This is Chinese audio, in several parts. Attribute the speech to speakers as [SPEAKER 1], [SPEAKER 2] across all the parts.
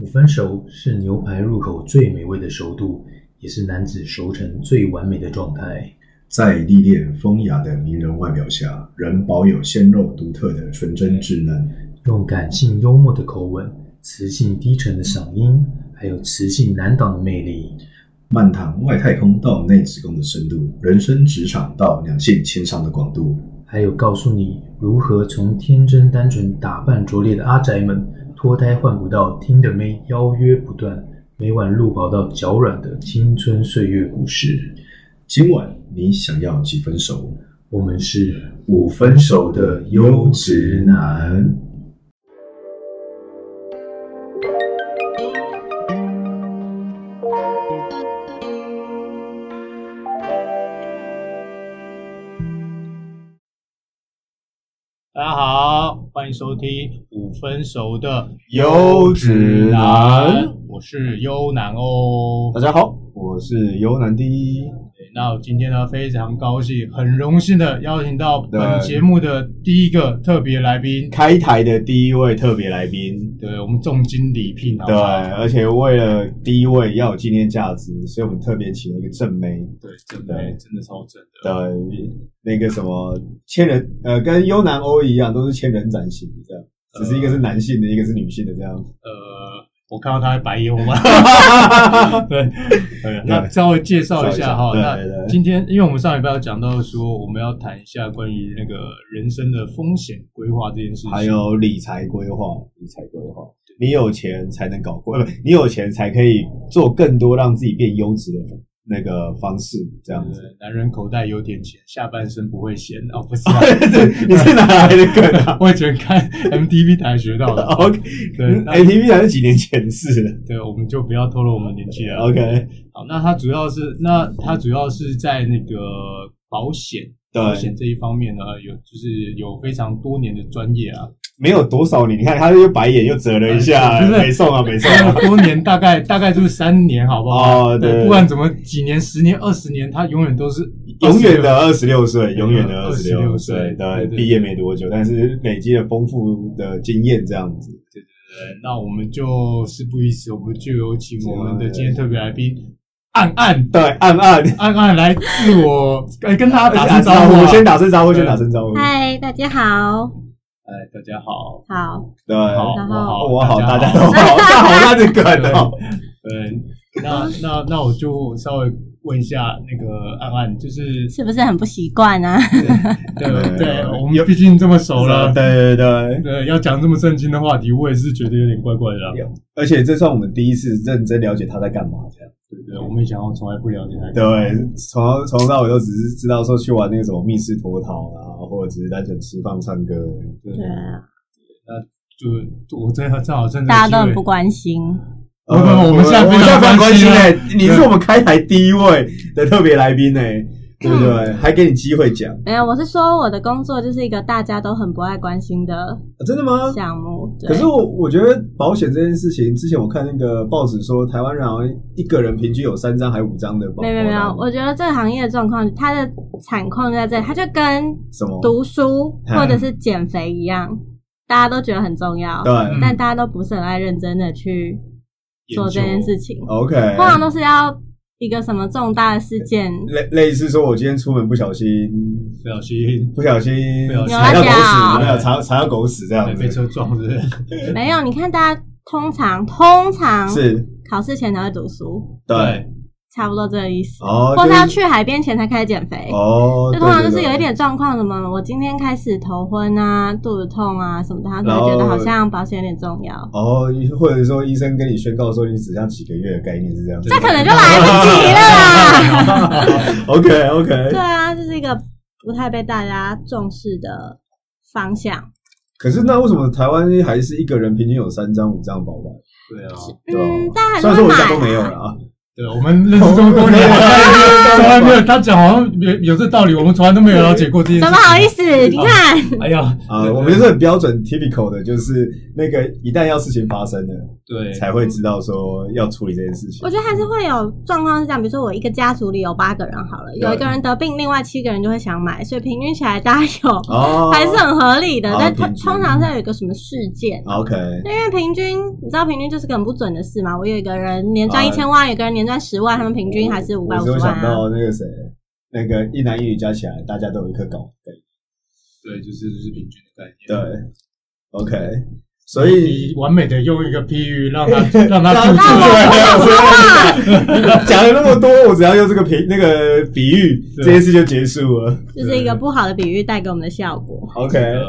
[SPEAKER 1] 五分熟是牛排入口最美味的熟度，也是男子熟成最完美的状态。
[SPEAKER 2] 在历练风雅的迷人外表下，仍保有鲜肉独特的纯真稚嫩。
[SPEAKER 1] 用感性幽默的口吻、磁性低沉的嗓音，还有磁性难挡的魅力，
[SPEAKER 2] 漫谈外太空到内子宫的深度，人生职场到两性情商的广度。
[SPEAKER 1] 还有告诉你如何从天真单纯、打扮拙劣的阿宅们，脱胎换骨到听的妹邀约不断，每晚路跑到脚软的青春岁月故事。
[SPEAKER 2] 今晚你想要几分熟？
[SPEAKER 1] 我们是
[SPEAKER 2] 五分熟的优质男。
[SPEAKER 3] 大家好，欢迎收听五分熟的
[SPEAKER 4] 优质男，
[SPEAKER 3] 我是优男哦
[SPEAKER 4] 大。家好，我是优男第一。
[SPEAKER 3] 对那我今天呢，非常高兴，很荣幸的邀请到本
[SPEAKER 4] 对
[SPEAKER 3] 节目的第一个特别来宾，
[SPEAKER 4] 开台的第一位特别来宾。
[SPEAKER 3] 对我们重金礼聘，好不
[SPEAKER 4] 对，
[SPEAKER 3] 好？
[SPEAKER 4] 而且为了第一位要有纪念价值，所以我们特别请了一个正妹。
[SPEAKER 3] 对，真的
[SPEAKER 4] 对
[SPEAKER 3] 真的超真的。
[SPEAKER 4] 对，呃那个什么千人，呃，跟优男欧一样，都是千人斩型这样，只是一个是男性的，一个是女性的这样。
[SPEAKER 3] 呃，我看到他在白眼我 们。对，对那稍微介绍一下哈。
[SPEAKER 4] 对
[SPEAKER 3] 那
[SPEAKER 4] 对对
[SPEAKER 3] 今天，因为我们上礼拜有讲到说，我们要谈一下关于那个人生的风险规划这件事情，
[SPEAKER 4] 还有理财规划，理财规划，你有钱才能搞过，呃不，你有钱才可以做更多让自己变优质的那个方式，这样子。
[SPEAKER 3] 呃男人口袋有点钱，下半身不会闲哦，不是、啊。
[SPEAKER 4] 这 你是哪来的梗啊
[SPEAKER 3] 我以前看 MTV 台学到的。
[SPEAKER 4] ？OK，哎
[SPEAKER 3] 对那
[SPEAKER 4] ATV 还是几年前的事了。
[SPEAKER 3] 对，我们就不要透露我们年纪了。
[SPEAKER 4] OK，
[SPEAKER 3] 好，那它主要是，那它主要是在那个保险。
[SPEAKER 4] 对
[SPEAKER 3] 保险这一方面呢，有就是有非常多年的专业 啊，
[SPEAKER 4] 没有多少年，你看他又白眼又折了一下，
[SPEAKER 3] 不是
[SPEAKER 4] 没送啊，没送
[SPEAKER 3] 那
[SPEAKER 4] 啊。
[SPEAKER 3] 么多年，大概大概就是三年，好不好？
[SPEAKER 4] 哦对
[SPEAKER 3] 不管怎么几年、十年、二十年，他永远都是
[SPEAKER 4] 永远的
[SPEAKER 3] 26
[SPEAKER 4] 二十六岁，永远的二十
[SPEAKER 3] 26
[SPEAKER 4] 六
[SPEAKER 3] 岁
[SPEAKER 4] 岁，
[SPEAKER 3] 对
[SPEAKER 4] 对，
[SPEAKER 3] 对
[SPEAKER 4] 毕业没多久，但是累积了丰富的经验，这样子。
[SPEAKER 3] 对那我们就事不宜迟，我们就有请我们的今天特别来宾暗暗
[SPEAKER 4] 对，暗暗，
[SPEAKER 3] 暗暗来自我，哎，跟大家打声招呼、
[SPEAKER 4] 我
[SPEAKER 3] 啊。
[SPEAKER 4] 先，打声招呼，
[SPEAKER 3] 对
[SPEAKER 4] 先打声招呼。
[SPEAKER 5] 嗨，大家好，
[SPEAKER 3] 哎，大家好，哎
[SPEAKER 5] 好，
[SPEAKER 4] 对，
[SPEAKER 3] 好，
[SPEAKER 5] 然
[SPEAKER 3] 哦我
[SPEAKER 5] 后
[SPEAKER 3] 好，
[SPEAKER 4] 我好，大
[SPEAKER 3] 大
[SPEAKER 4] 家都好，大好，他的梗哦。
[SPEAKER 3] 对，那那那我就稍微问一下那个暗暗，就是
[SPEAKER 5] 是不是很不习惯啊？
[SPEAKER 3] 对
[SPEAKER 4] 对
[SPEAKER 3] 对，
[SPEAKER 4] 有
[SPEAKER 3] 我们毕竟这么熟了，
[SPEAKER 4] 对对对。
[SPEAKER 3] 对，要讲这么正经的话题，我也是觉得有点怪怪的啦。
[SPEAKER 4] 而且这算我们第一次认真了解他在干嘛，这样。
[SPEAKER 3] 对对，我们以前好像从来不了解他。
[SPEAKER 4] 对，从头从头到尾都只是知道说去玩那个什么密室脱逃啊，或者只是单纯吃饭唱歌而已。
[SPEAKER 3] 对
[SPEAKER 5] 对，啊
[SPEAKER 3] 就我真的正好趁这
[SPEAKER 5] 大
[SPEAKER 3] 个
[SPEAKER 5] 家
[SPEAKER 3] 机
[SPEAKER 5] 都很不
[SPEAKER 3] 会，
[SPEAKER 5] 关心。
[SPEAKER 3] 不不不我们现在
[SPEAKER 4] 呃我们
[SPEAKER 3] 非常
[SPEAKER 4] 现在非常关心
[SPEAKER 3] 关
[SPEAKER 4] 哎、
[SPEAKER 3] 心啊
[SPEAKER 4] 你是我们开台第一位的特别来宾哎、
[SPEAKER 5] 嗯
[SPEAKER 4] 对不对？还给你机会讲、
[SPEAKER 5] 没有，我是说我的工作就是一个大家都很不爱关心的
[SPEAKER 4] 啊真的吗？
[SPEAKER 5] 项目。对
[SPEAKER 4] 可是我我觉得保险这件事情，之前我看那个报纸说，台湾人好像一个人平均有三张还五张的保
[SPEAKER 5] 没有没有没有，我觉得这个行业的状况，它的惨况就在这里，它就跟
[SPEAKER 4] 什么
[SPEAKER 5] 读书
[SPEAKER 4] 嗯
[SPEAKER 5] 或者是减肥一样，大家都觉得很重要，
[SPEAKER 4] 对、
[SPEAKER 3] 嗯
[SPEAKER 5] 但大家都不是很爱认真的去做这件事情，
[SPEAKER 4] o
[SPEAKER 5] 通常
[SPEAKER 4] k
[SPEAKER 5] 都是要一个什么重大的事件，
[SPEAKER 4] 类类似说，我今天出门不小心
[SPEAKER 3] 不小心
[SPEAKER 4] 不小心
[SPEAKER 3] 不小心
[SPEAKER 4] 踩到狗
[SPEAKER 5] 有
[SPEAKER 4] 屎，
[SPEAKER 5] 辣椒
[SPEAKER 4] 没有踩踩到狗屎这样子，
[SPEAKER 3] 被车撞， 是不是？
[SPEAKER 5] 没有，你看大家通常通常
[SPEAKER 4] 是
[SPEAKER 5] 考试前才会读书，
[SPEAKER 4] 对
[SPEAKER 5] 差不多这个意思。
[SPEAKER 4] 哦，
[SPEAKER 5] 或
[SPEAKER 4] 就是
[SPEAKER 5] 要去海边前才开始减肥，
[SPEAKER 4] 哦，对
[SPEAKER 5] 就通常就是
[SPEAKER 4] 对对
[SPEAKER 5] 有一点状况，什么我今天开始头昏啊、肚子痛啊什么的，他才
[SPEAKER 4] 然后
[SPEAKER 5] 会觉得好像保险有点重要。
[SPEAKER 4] 哦，或者说医生跟你宣告说你只剩下几个月的概念是这样子，
[SPEAKER 5] 这可能就来不及了啦。
[SPEAKER 4] OK OK，
[SPEAKER 5] 对啊，这是一个不太被大家重视的方向。
[SPEAKER 4] 可是那为什么台湾还是一个人平均有三张五张保单？
[SPEAKER 3] 对啊，
[SPEAKER 4] 对啊
[SPEAKER 5] 嗯，大家还
[SPEAKER 4] 虽然
[SPEAKER 5] 是
[SPEAKER 4] 说
[SPEAKER 5] 会
[SPEAKER 4] 我家都
[SPEAKER 5] 买
[SPEAKER 4] 没有
[SPEAKER 5] 啊。
[SPEAKER 4] 了啊，
[SPEAKER 3] 对，我们认识这么 多年，好像从来没有他讲，好像有有这道理，我们从来都没有了解过这件事
[SPEAKER 5] 怎么。好意思？
[SPEAKER 4] 嗯
[SPEAKER 5] 你看，
[SPEAKER 3] 哎呀，
[SPEAKER 4] 啊，我们就是很标准 typical 的，就是那个一旦要事情发生了，
[SPEAKER 3] 对，
[SPEAKER 4] 才会知道说要处理这件事情。
[SPEAKER 5] 我觉得还是会有状况是这样，比如说我一个家族里有八个人好了，有一个人得病，另外七个人就会想买，所以平均起来大家有
[SPEAKER 4] 哦，
[SPEAKER 5] 还是很合理的
[SPEAKER 4] 哦。
[SPEAKER 5] 但
[SPEAKER 4] 平
[SPEAKER 5] 通
[SPEAKER 4] 均
[SPEAKER 5] 通常是要有一个什么事件，
[SPEAKER 4] OK，
[SPEAKER 5] 因为平均你知道平均就是个很不准的事嘛。我有一个人年赚
[SPEAKER 4] 啊
[SPEAKER 5] 一千万，有一个人年赚十万，他们平均还是五百
[SPEAKER 4] 我
[SPEAKER 5] 五
[SPEAKER 4] 只
[SPEAKER 5] 十
[SPEAKER 4] 有
[SPEAKER 5] 万
[SPEAKER 4] 想
[SPEAKER 5] 啊。
[SPEAKER 4] 到那个谁，那个一男一女加起来，大家都有一颗睾丸。
[SPEAKER 3] 对，就是就是平均的概念。
[SPEAKER 4] 对，OK，所以
[SPEAKER 3] 你完美的用一个譬喻 让他让他复
[SPEAKER 5] 那
[SPEAKER 3] 制。
[SPEAKER 5] 我不想说话，
[SPEAKER 4] 讲了那么多，我只要用这个比那个比喻，
[SPEAKER 3] 对
[SPEAKER 4] 这件事就结束了。
[SPEAKER 5] 就是一个不好的比喻带给我们的效果。
[SPEAKER 4] OK，
[SPEAKER 3] 呃，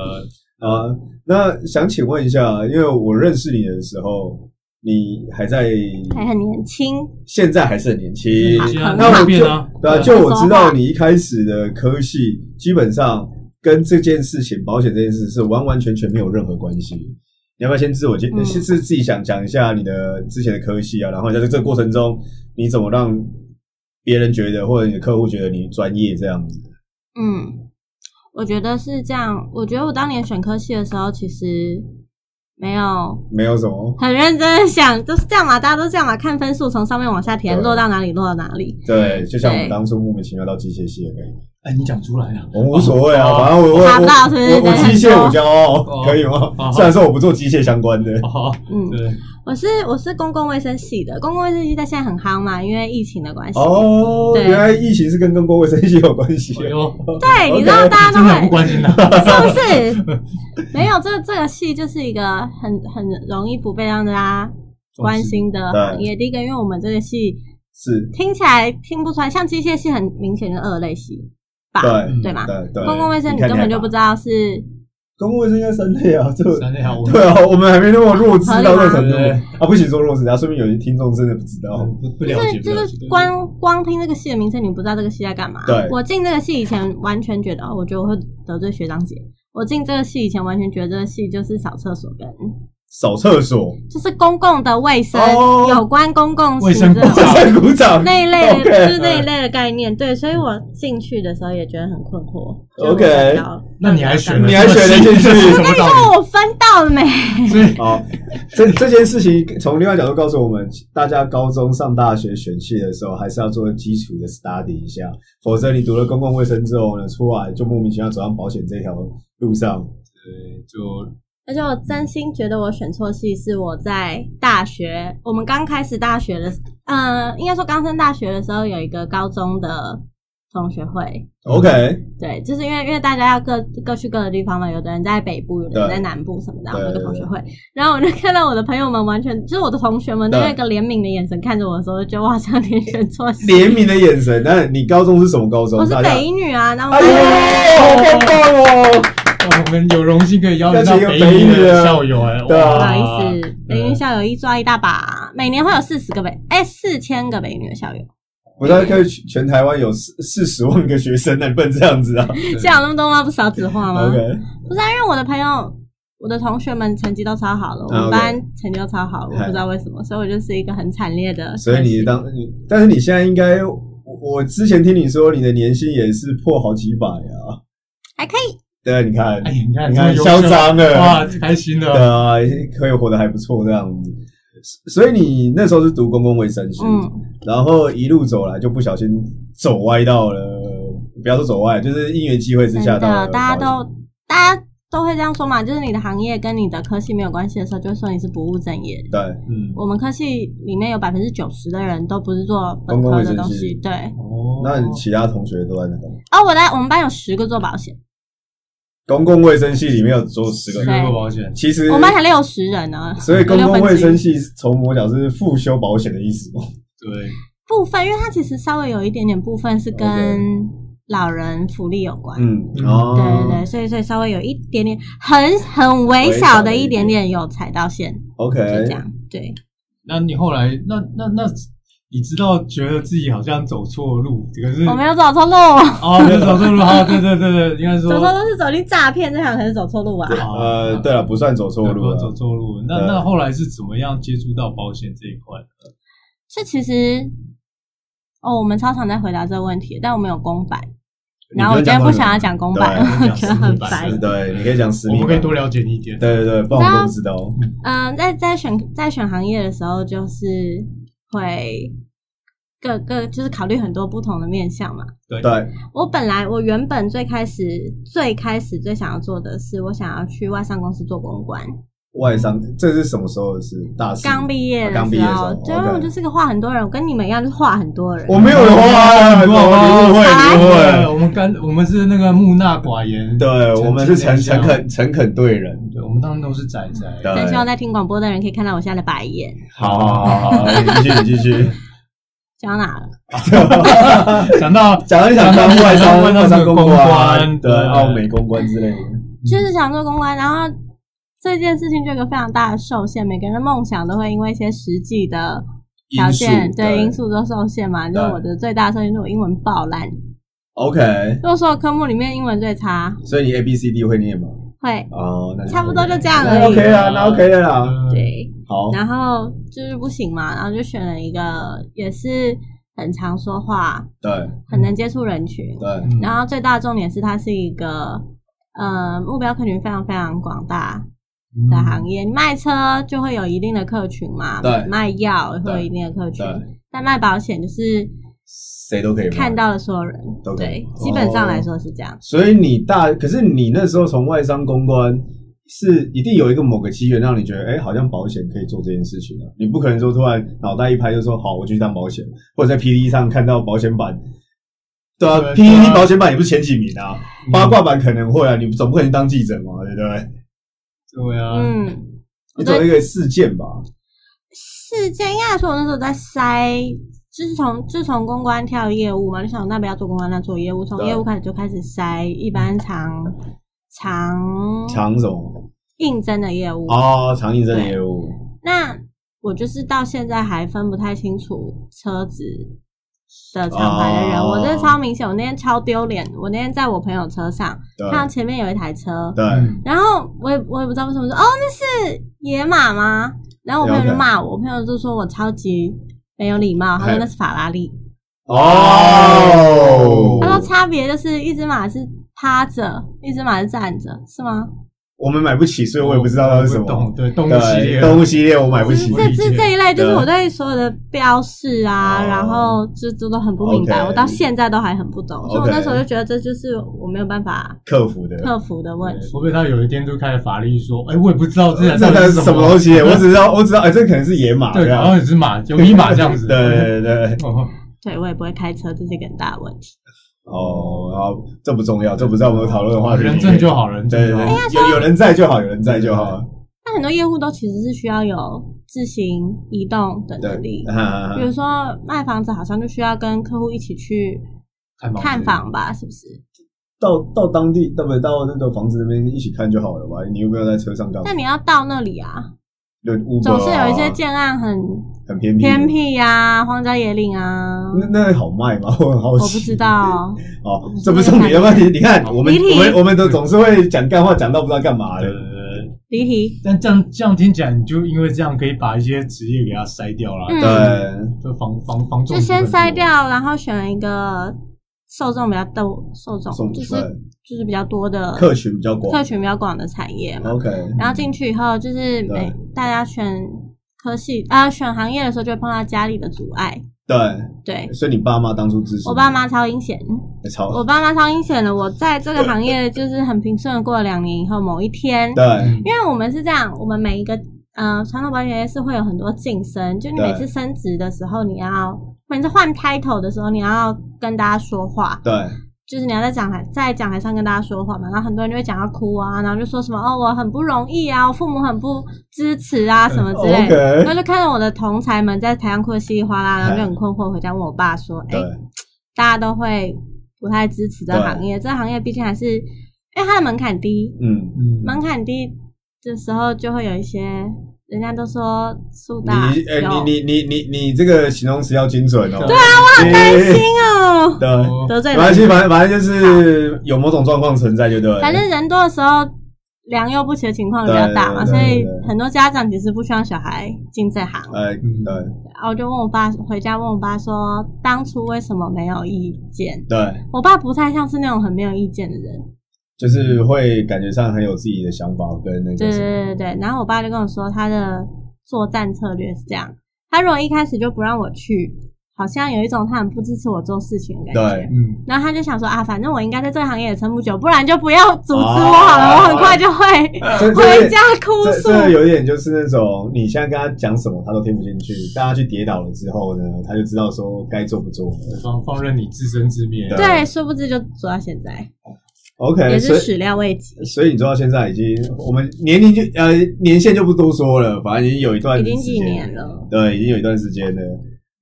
[SPEAKER 4] 啊，那想请问一下，因为我认识你的时候，你还在，
[SPEAKER 5] 还很年轻，
[SPEAKER 4] 现在还是很年轻
[SPEAKER 3] 年轻啊，
[SPEAKER 4] 那
[SPEAKER 3] 没有
[SPEAKER 4] 我
[SPEAKER 3] 变
[SPEAKER 4] 就
[SPEAKER 3] 啊
[SPEAKER 4] 对啊，
[SPEAKER 5] 对
[SPEAKER 4] 就我知道你一开始的科系基本上跟这件事情，保险这件事是完完全全没有任何关系。你要不要先自我介，
[SPEAKER 5] 嗯
[SPEAKER 4] 先是自己想讲一下你的之前的科系啊，然后在这个过程中，你怎么让别人觉得或者你的客户觉得你专业这样子？
[SPEAKER 5] 嗯，我觉得是这样。我觉得我当年选科系的时候，其实没有
[SPEAKER 4] 没有什么，
[SPEAKER 5] 很认真的想，就是这样嘛，大家都这样嘛，看分数从上面往下填，
[SPEAKER 4] 对
[SPEAKER 5] 落到哪里落到哪里。
[SPEAKER 4] 对，就像我们
[SPEAKER 5] 嗯对
[SPEAKER 4] 当初莫名其妙到机械系的概念。
[SPEAKER 3] 哎，你讲出来了，
[SPEAKER 4] 我无所谓啊，
[SPEAKER 5] 哦
[SPEAKER 4] 反正我我我
[SPEAKER 5] 查不到是不是
[SPEAKER 4] 我我
[SPEAKER 5] 人很
[SPEAKER 4] 机械
[SPEAKER 5] 多
[SPEAKER 4] 我骄傲，
[SPEAKER 3] 哦
[SPEAKER 4] 可以吗？
[SPEAKER 3] 好
[SPEAKER 4] 虽然说我不做机械相关的，
[SPEAKER 3] 哦好，
[SPEAKER 5] 嗯，
[SPEAKER 3] 对，哎
[SPEAKER 5] 我是我是公共卫生系的，公共卫生系在现在很夯嘛，因为疫情的关系。
[SPEAKER 4] 哦，
[SPEAKER 5] 对
[SPEAKER 4] 原来疫情是跟公共卫生系有关系
[SPEAKER 3] 哎呦，
[SPEAKER 5] 对，你知
[SPEAKER 4] OK，
[SPEAKER 5] 道大家
[SPEAKER 3] 真
[SPEAKER 5] 都
[SPEAKER 3] 的很不
[SPEAKER 5] 会。
[SPEAKER 3] 关心的。啊
[SPEAKER 5] 是不是？没有，这这个系就是一个很很容易不被让大家关心的行业。第一个，因为我们这个系
[SPEAKER 4] 是，
[SPEAKER 5] 听起来听不出来，像机械系很明显是二类系吧？
[SPEAKER 4] 对
[SPEAKER 5] 对吗？
[SPEAKER 4] 对对。
[SPEAKER 5] 公共卫生你
[SPEAKER 4] 看
[SPEAKER 5] 根本就
[SPEAKER 4] 还
[SPEAKER 5] 不知道是
[SPEAKER 4] 公共卫生应该三类 啊，这
[SPEAKER 3] 三内好，我
[SPEAKER 4] 对啊，我们还没那么弱智到这个程度
[SPEAKER 3] 合理吗
[SPEAKER 4] 啊，不行说弱智啊，说明有些听众真的不知道。
[SPEAKER 3] 不不了
[SPEAKER 5] 就
[SPEAKER 3] 解，
[SPEAKER 5] 是
[SPEAKER 3] 不
[SPEAKER 5] 就
[SPEAKER 3] 了
[SPEAKER 5] 是
[SPEAKER 3] 解
[SPEAKER 5] 光光听这个系的名称，你不知道这个系在干嘛。
[SPEAKER 4] 对
[SPEAKER 5] 我进这个系以前完全觉得哦，我觉得我会得罪学长姐。我进这个系以前完全觉得这个系就是扫厕所跟
[SPEAKER 4] 扫厕所，
[SPEAKER 5] 就是公共的卫生、
[SPEAKER 4] 哦
[SPEAKER 5] 有关公共
[SPEAKER 3] 卫生
[SPEAKER 5] 行政
[SPEAKER 3] 部 长
[SPEAKER 4] 在鼓掌。
[SPEAKER 5] 那一类的
[SPEAKER 4] OK
[SPEAKER 3] 嗯
[SPEAKER 5] 就是那一类的概念。对，所以我进去的时候也觉得很困惑。就
[SPEAKER 4] OK
[SPEAKER 5] 我不知道
[SPEAKER 3] 那你还选了
[SPEAKER 4] 你还选了进去
[SPEAKER 3] 这么细这是什么道理？
[SPEAKER 5] 那我分到了没？
[SPEAKER 3] 所以
[SPEAKER 4] 好，这这件事情从另外角度告诉我们，大家高中上大学选系的时候，还是要做基础的 study 一下，否则你读了公共卫生之后呢，出来就莫名其妙走上保险这条路上。
[SPEAKER 3] 对，就
[SPEAKER 5] 而且我真心觉得我选错系是我在大学，我们刚开始大学的，呃，应该说刚升大学的时候有一个高中的同学会，
[SPEAKER 4] OK，
[SPEAKER 5] 对，就是因为因为大家要各各去各的地方嘛，有的人在北部，有的人
[SPEAKER 4] 对
[SPEAKER 5] 在南部什么的，我
[SPEAKER 4] 对
[SPEAKER 5] 们有个同
[SPEAKER 4] 对
[SPEAKER 5] 学会，然后我就看到我的朋友们完全就是我的同学们都
[SPEAKER 4] 对
[SPEAKER 5] 用一个怜悯的眼神看着我的时候，就觉得我好像连选错系，
[SPEAKER 4] 怜悯的眼神。那你高中是什么高中？
[SPEAKER 5] 我是
[SPEAKER 4] 大家
[SPEAKER 5] 北一女啊，然后我
[SPEAKER 4] 哎
[SPEAKER 5] 们
[SPEAKER 4] 呦，好棒哦！
[SPEAKER 3] 我们有荣幸可以邀请到
[SPEAKER 4] 邀请一
[SPEAKER 3] 北
[SPEAKER 4] 个北
[SPEAKER 3] 一
[SPEAKER 4] 一
[SPEAKER 3] 的
[SPEAKER 4] 的
[SPEAKER 3] 校友哎，
[SPEAKER 4] 对啊嗯
[SPEAKER 5] 不好
[SPEAKER 3] 哇
[SPEAKER 5] 意思，北女校友一抓一大把，每年会有四十个北，哎，四千个北女的校友。
[SPEAKER 4] 我大概可以全台湾有四四十万个学生呢，你不能这样子啊。
[SPEAKER 5] 现在有那么多吗？不少子化吗
[SPEAKER 4] OK，
[SPEAKER 5] 不是、啊，因为我的朋友、我的同学们成绩都超好了，我们
[SPEAKER 4] 啊 OK 哎
[SPEAKER 5] 班成绩都超好了，我
[SPEAKER 4] 嗨
[SPEAKER 5] 不知道为什么，所以我就是一个很惨烈的。
[SPEAKER 4] 所以你当，你但是你现在应该，我我之前听你说你的年薪也是破好几百啊。
[SPEAKER 5] 还可以，
[SPEAKER 4] 对，啊你看，
[SPEAKER 3] 哎，你看
[SPEAKER 4] 你看，
[SPEAKER 3] 这么优秀
[SPEAKER 4] 嚣张了，
[SPEAKER 3] 哇，开心
[SPEAKER 4] 对
[SPEAKER 3] 了，
[SPEAKER 4] 啊，可以活得还不错这样子。所以你那时候是读公共卫生系，
[SPEAKER 5] 嗯，
[SPEAKER 4] 然后一路走来就不小心走歪到了，不要说走歪，就是因缘机会之
[SPEAKER 5] 真
[SPEAKER 4] 下
[SPEAKER 5] 的
[SPEAKER 4] 到了，
[SPEAKER 5] 大家都大家都会这样说嘛，就是你的行业跟你的科系没有关系的时候，就会说你是不务正业。
[SPEAKER 4] 对，
[SPEAKER 3] 嗯，
[SPEAKER 5] 我们科系里面有百分之九十的人都不是做本
[SPEAKER 4] 公共
[SPEAKER 5] 科
[SPEAKER 4] 卫
[SPEAKER 5] 的
[SPEAKER 4] 生
[SPEAKER 5] 东
[SPEAKER 4] 系
[SPEAKER 5] 西，对。
[SPEAKER 3] 哦
[SPEAKER 4] 那你其他同学都在那个
[SPEAKER 5] 哦，我来我们班有十个做保险，
[SPEAKER 4] 公共卫生系里面有做十
[SPEAKER 3] 十
[SPEAKER 4] 个
[SPEAKER 3] 个，做保险，
[SPEAKER 4] 其实
[SPEAKER 5] 我们班才六十人呢。
[SPEAKER 4] 所以公
[SPEAKER 5] 六
[SPEAKER 4] 共
[SPEAKER 5] 分之一
[SPEAKER 4] 卫生系从我讲是复修保险的意思吗？
[SPEAKER 3] 对，
[SPEAKER 5] 部分，因为它其实稍微有一点点部分是跟老人福利有关。
[SPEAKER 4] 嗯，
[SPEAKER 3] 嗯
[SPEAKER 5] 对
[SPEAKER 4] 哦
[SPEAKER 5] 对对，所以所以稍微有一点点很很微小的一点点有踩到线，
[SPEAKER 4] ，OK，
[SPEAKER 5] 就这样。对，
[SPEAKER 3] 那你后来那那那，你知道觉得自己好像走错路，可是
[SPEAKER 5] 我没有走错路，
[SPEAKER 3] 哦，没有走错路，好，对对对对，应该说
[SPEAKER 5] 走错路是走进诈骗这条才是走错路啊吧？
[SPEAKER 3] 好
[SPEAKER 4] 呃，对了，不算走错
[SPEAKER 3] 对不
[SPEAKER 4] 路
[SPEAKER 3] 要走
[SPEAKER 4] 了，
[SPEAKER 3] 错路。那
[SPEAKER 4] 对
[SPEAKER 3] 那后来是怎么样接触到保险这一块？
[SPEAKER 5] 这其实哦，我们超常在回答这个问题，但我们有公版，
[SPEAKER 4] 你
[SPEAKER 5] 然后我今天不
[SPEAKER 4] 不能
[SPEAKER 5] 想要
[SPEAKER 4] 讲
[SPEAKER 5] 讲公版，
[SPEAKER 4] 对
[SPEAKER 5] 我觉得很烦。
[SPEAKER 4] 对，你可以讲实
[SPEAKER 3] 我
[SPEAKER 4] 力，
[SPEAKER 3] 们可以多了解你一点。
[SPEAKER 4] 对对对，不然我
[SPEAKER 5] 啊
[SPEAKER 4] 们都不知道。
[SPEAKER 5] 嗯，在在选在选行业的时候，就是会各个就是考虑很多不同的面向嘛。
[SPEAKER 3] 对
[SPEAKER 4] 对，
[SPEAKER 5] 我本来我原本最开始最开始最想要做的是，我想要去外商公司做公关。
[SPEAKER 4] 外商这是什么时候的事？大四
[SPEAKER 5] 刚毕业
[SPEAKER 4] 啊刚
[SPEAKER 5] 的
[SPEAKER 4] 毕
[SPEAKER 5] 时
[SPEAKER 4] 业的时
[SPEAKER 5] 候
[SPEAKER 4] 候，
[SPEAKER 5] 就因为我
[SPEAKER 4] OK
[SPEAKER 5] 就是个话很多人，我跟你们一样就是话很多人。
[SPEAKER 4] 我没有啊的话，哦你误会，你误
[SPEAKER 3] 对，
[SPEAKER 4] 会。
[SPEAKER 3] 我们干，我们是那个木讷寡言，
[SPEAKER 4] 啊对，我们是诚
[SPEAKER 3] 诚
[SPEAKER 4] 诚恳诚恳对人。
[SPEAKER 3] 对，我们当然都是宅宅。
[SPEAKER 4] 对
[SPEAKER 5] 真希望在听广播的人可以看到我现在的白眼。
[SPEAKER 4] 好好好好，你继续，你继续。
[SPEAKER 5] 讲到哪了？
[SPEAKER 4] 嗯
[SPEAKER 3] 讲到
[SPEAKER 4] 讲到你想当外商，
[SPEAKER 3] 外商
[SPEAKER 4] 外商
[SPEAKER 3] 公
[SPEAKER 4] 关，
[SPEAKER 3] 关
[SPEAKER 4] 对，
[SPEAKER 3] 对
[SPEAKER 4] 澳美公关之类的。
[SPEAKER 5] 就是想做公关，然后这件事情就有一个非常大的受限，每个人的梦想都会因为一些实际的条件
[SPEAKER 4] 因素
[SPEAKER 5] 对
[SPEAKER 4] 对
[SPEAKER 5] 因素都受限嘛。就是
[SPEAKER 4] 对
[SPEAKER 5] 我的最大受限就是我英文爆烂，
[SPEAKER 4] OK，
[SPEAKER 5] 就是所有科目里面英文最差，
[SPEAKER 4] 所以你 A B C D 会念吗？
[SPEAKER 5] 会
[SPEAKER 4] 哦，那
[SPEAKER 5] 差不多就这样
[SPEAKER 4] 那
[SPEAKER 5] 而已。
[SPEAKER 4] OK 啊，那 OK 的啦。
[SPEAKER 5] 对，
[SPEAKER 4] 好，
[SPEAKER 5] 然后就是不行嘛，然后就选了一个也是很常说话、
[SPEAKER 4] 对
[SPEAKER 5] 很能接触人群，
[SPEAKER 4] 对
[SPEAKER 3] 嗯
[SPEAKER 5] 然后最大的重点是它是一个呃目标客群非常非常广大，的行业，你卖车就会有一定的客群嘛，
[SPEAKER 4] 嗯对
[SPEAKER 5] 卖药也会有
[SPEAKER 4] 对
[SPEAKER 5] 一定的客群
[SPEAKER 4] 对，，
[SPEAKER 5] 但卖保险就是
[SPEAKER 4] 谁都可以骂
[SPEAKER 5] 看。到了所有人，
[SPEAKER 4] 都可以哦，
[SPEAKER 5] 对基本上来说是这样。
[SPEAKER 4] 所以你大，可是你那时候从外商公关。是一定有一个某个机缘让你觉得，哎、好像保险可以做这件事情啊！你不可能说突然脑袋一拍就说好，我就去当保险，或者在 PPT 上看到保险版，对啊
[SPEAKER 3] 对对
[SPEAKER 4] ，PPT
[SPEAKER 3] 啊
[SPEAKER 4] 保险版也不是前几名啊，
[SPEAKER 3] 嗯
[SPEAKER 4] 八卦版可能会啊，你总不可能当记者嘛，对不对？
[SPEAKER 3] 对啊，
[SPEAKER 5] 嗯，
[SPEAKER 4] 你总有一个事件吧，
[SPEAKER 5] 事件应该来说，我那时候在筛，就是从自从公关跳业务嘛，就想那不要做公关，那做业务，从
[SPEAKER 4] 对啊嗯
[SPEAKER 5] 业务开始就开始筛一般常常
[SPEAKER 4] 长什么
[SPEAKER 5] 应征的业务。
[SPEAKER 4] 哦，长应征业务，
[SPEAKER 5] 那我就是到现在还分不太清楚车子的厂牌的人，
[SPEAKER 4] 哦
[SPEAKER 5] 我真的超明显。我那天超丢脸，我那天在我朋友车上
[SPEAKER 4] 对啊
[SPEAKER 5] 看到前面有一台车，
[SPEAKER 4] 对，
[SPEAKER 3] 嗯
[SPEAKER 5] 然后我也我也不知道为什么说哦那是野马吗？然后我朋友就骂我，我朋友就说我超级没有礼貌，他说
[SPEAKER 4] 嘿
[SPEAKER 5] 那是法拉利，
[SPEAKER 4] 哦
[SPEAKER 5] 他说差别就是一只马是趴着，一只马是站着，是吗？
[SPEAKER 4] 我们买不起，所以我也不知道它是什
[SPEAKER 3] 我不懂
[SPEAKER 4] 么。
[SPEAKER 3] 对，动物系
[SPEAKER 4] 对，
[SPEAKER 3] 列，
[SPEAKER 4] 动物系列我买不
[SPEAKER 5] 就是
[SPEAKER 4] 起。
[SPEAKER 5] 这
[SPEAKER 3] 理
[SPEAKER 5] 这
[SPEAKER 3] 解
[SPEAKER 5] 这一类，就是
[SPEAKER 4] 对
[SPEAKER 5] 我对所有的标示啊，
[SPEAKER 4] 哦
[SPEAKER 5] 然后就都都很不敏感
[SPEAKER 4] OK
[SPEAKER 5] 我到现在都还很不懂所以我
[SPEAKER 4] OK
[SPEAKER 5] 那时候就觉得这就是我没有办法
[SPEAKER 4] 客服的，
[SPEAKER 5] 克服的问
[SPEAKER 3] 对
[SPEAKER 5] 题。
[SPEAKER 3] 除非他有一天就开了法力说，哎，我也不知道这台
[SPEAKER 4] 这
[SPEAKER 3] 到
[SPEAKER 4] 台
[SPEAKER 3] 底
[SPEAKER 4] 是
[SPEAKER 3] 什
[SPEAKER 4] 什么东西？我只知道，我只知道，哎，这可能是野马，
[SPEAKER 3] 对，
[SPEAKER 4] 这
[SPEAKER 3] 然
[SPEAKER 4] 样
[SPEAKER 3] 后也是马，有一马这样子，
[SPEAKER 4] 对对对对，
[SPEAKER 3] 哦，
[SPEAKER 5] 对我也不会开车，这是一个很大的问题。
[SPEAKER 4] 哦，然后这不重要，这不在我们讨论的话题里面。
[SPEAKER 3] 人证就好，人
[SPEAKER 4] 对
[SPEAKER 3] 证
[SPEAKER 4] 对对
[SPEAKER 3] 就
[SPEAKER 5] 哎
[SPEAKER 3] 好。，
[SPEAKER 4] 有有人在就好，有人在就好。
[SPEAKER 5] 那很多业务都其实是需要有自行移动的能力
[SPEAKER 4] 对，，哈哈哈
[SPEAKER 5] 比如说卖房子好像就需要跟客户一起去
[SPEAKER 3] 看房子
[SPEAKER 5] 看房吧，是不是？
[SPEAKER 4] 到到当地，到不到那个房子那边一起看就好了吧？你又没有在车上干嘛
[SPEAKER 5] 但？你要到那里啊，
[SPEAKER 4] 有 Uber
[SPEAKER 5] 总是有一些
[SPEAKER 4] 啊
[SPEAKER 5] 建案很
[SPEAKER 4] 很偏僻的
[SPEAKER 5] 偏僻呀、
[SPEAKER 4] 嗯
[SPEAKER 5] 荒郊野岭啊，
[SPEAKER 4] 那那好卖吗？我很好
[SPEAKER 5] 我
[SPEAKER 4] 奇。
[SPEAKER 5] 不知道。
[SPEAKER 4] 哦，这不是重点的问题。你看，我们
[SPEAKER 5] 离题
[SPEAKER 4] 我们我们都总是会讲干话，讲到不知道干嘛
[SPEAKER 3] 对
[SPEAKER 4] 的
[SPEAKER 3] 对。对对。
[SPEAKER 5] 离题。
[SPEAKER 3] 但这样这样听起来，你就因为这样可以把一些职业给它筛掉了，
[SPEAKER 5] 嗯
[SPEAKER 4] 对，
[SPEAKER 3] 就防防防重
[SPEAKER 5] 就先筛掉，然后选一个受众比较多、受
[SPEAKER 4] 受
[SPEAKER 5] 众
[SPEAKER 4] 众
[SPEAKER 5] 就是就是比较多的
[SPEAKER 4] 客群比较广嗯
[SPEAKER 5] 客。群比较广的产业嘛。
[SPEAKER 4] OK，
[SPEAKER 5] 然后进去以后，就是每大家选科系啊、选行业的时候，就会碰到家里的阻碍。
[SPEAKER 4] 对，
[SPEAKER 5] 对
[SPEAKER 4] 所以你爸妈当初支持你
[SPEAKER 5] 我爸妈超阴险，
[SPEAKER 4] 哎超
[SPEAKER 5] 我爸妈超阴险的。我在这个行业就是很平顺的过了两年以后，某一天，
[SPEAKER 4] 对
[SPEAKER 5] 因为我们是这样，我们每一个呃传统保险业是会有很多晋升，就你
[SPEAKER 4] 对
[SPEAKER 5] 每次升职的时候，你要每次换 title 的时候，你要跟大家说话，
[SPEAKER 4] 对
[SPEAKER 5] 就是你要在讲台在讲台上跟大家说话嘛，然后很多人就会讲到哭啊，然后就说什么哦我很不容易啊，我父母很不支持啊什么之类的。
[SPEAKER 4] 嗯，OK，
[SPEAKER 5] 然后就看到我的同才们在台上哭的稀里哗啦，然后就很困惑，回家问我爸说：“哎、
[SPEAKER 4] 对
[SPEAKER 5] 大家都会不太支持这个
[SPEAKER 4] 对
[SPEAKER 5] 行业，这个行业毕竟还是因为它的门槛低，
[SPEAKER 4] 嗯，
[SPEAKER 3] 嗯，
[SPEAKER 5] 门槛低的时候，就会有一些人家都说树大
[SPEAKER 4] 你哎
[SPEAKER 5] 有
[SPEAKER 4] 你你你你你这个形容词要精准哦。
[SPEAKER 3] 对
[SPEAKER 4] 啊，我很担心。
[SPEAKER 5] 哦，
[SPEAKER 4] 对，
[SPEAKER 5] 得罪
[SPEAKER 4] 没关系，
[SPEAKER 5] 人。
[SPEAKER 4] 反正反正就是有某种状况存在就对了。
[SPEAKER 5] 反正人多的时候，良莠不齐的情况比较大嘛，
[SPEAKER 4] 对
[SPEAKER 5] 所
[SPEAKER 4] 对
[SPEAKER 5] 以
[SPEAKER 4] 对对
[SPEAKER 5] 很多家长其实不希望小孩进这行。
[SPEAKER 4] 呃，对
[SPEAKER 5] 然后我就问我爸，回家问我爸说，当初为什么没有意见？
[SPEAKER 4] 对，
[SPEAKER 5] 我爸不太像是那种很没有意见的人，
[SPEAKER 4] 就是会感觉上很有自己的想法跟那个
[SPEAKER 5] 对对
[SPEAKER 4] 什么，
[SPEAKER 5] 对对对。然后我爸就跟我说，他的作战策略是这样：他如果一开始就不让我去，好像有一种他很不支持我做事情的感觉。
[SPEAKER 4] 对
[SPEAKER 3] 嗯，
[SPEAKER 5] 然后他就想说啊，反正我应该在这个行业也撑不久，不然就不要阻止我好了，
[SPEAKER 4] 啊
[SPEAKER 5] 我很快就会
[SPEAKER 4] 这
[SPEAKER 5] 回家哭
[SPEAKER 4] 这
[SPEAKER 5] 诉。
[SPEAKER 4] 这有点就是那种，你现在跟他讲什么，他都听不进去。大家去跌倒了之后呢，他就知道说该做不做。
[SPEAKER 3] 放放任你自生自灭。
[SPEAKER 4] 对
[SPEAKER 5] 对，殊不知就走到现在，也
[SPEAKER 4] OK，所
[SPEAKER 5] 是
[SPEAKER 4] 以
[SPEAKER 5] 始料未及，
[SPEAKER 4] 所以你做到现在已经，我们年龄就呃年限就不多说了，反正已经有一段
[SPEAKER 5] 已经几
[SPEAKER 4] 时间
[SPEAKER 5] 年了。
[SPEAKER 4] 对，已经有一段时间了。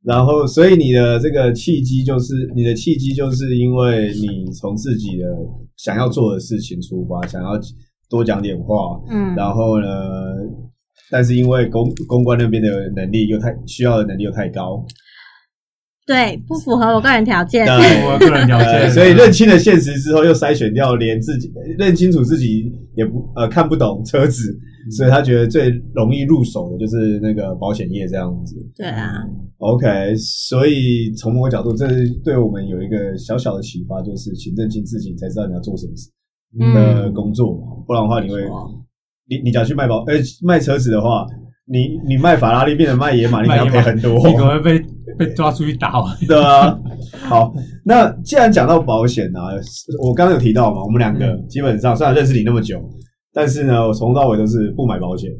[SPEAKER 4] 然后，所以你的这个契机就是你的契机，就是因为你从自己的想要做的事情出发，想要多讲点话，
[SPEAKER 5] 嗯，
[SPEAKER 4] 然后呢，但是因为公公关那边的能力又太需要的能力又太高，
[SPEAKER 5] 对，不符合我个人条件。
[SPEAKER 4] 对
[SPEAKER 3] 我个人了
[SPEAKER 4] 呃
[SPEAKER 3] 解，
[SPEAKER 4] 所以认清了现实之后，又筛选掉连自己认清楚自己也不呃看不懂车子，所以他觉得最容易入手的就是那个保险业这样子。
[SPEAKER 5] 对啊，
[SPEAKER 4] OK，所以从某个角度，这对我们有一个小小的启发，就是请认清自己，你才知道你要做什么事的
[SPEAKER 5] 嗯，
[SPEAKER 4] 工作嘛，不然的话你会
[SPEAKER 5] 没错，
[SPEAKER 4] 你你想去卖保，呃，卖车子的话，你你卖法拉利变成卖野马，你可
[SPEAKER 3] 卖
[SPEAKER 4] 能
[SPEAKER 3] 野
[SPEAKER 4] 赔
[SPEAKER 3] 马
[SPEAKER 4] 很多，
[SPEAKER 3] 你可能会被被抓出去打哦。
[SPEAKER 4] 对啊。好，那既然讲到保险啊，我刚刚有提到嘛，我们两个
[SPEAKER 3] 嗯
[SPEAKER 4] 基本上虽然认识你那么久，但是呢，我从头到尾都是不买保险，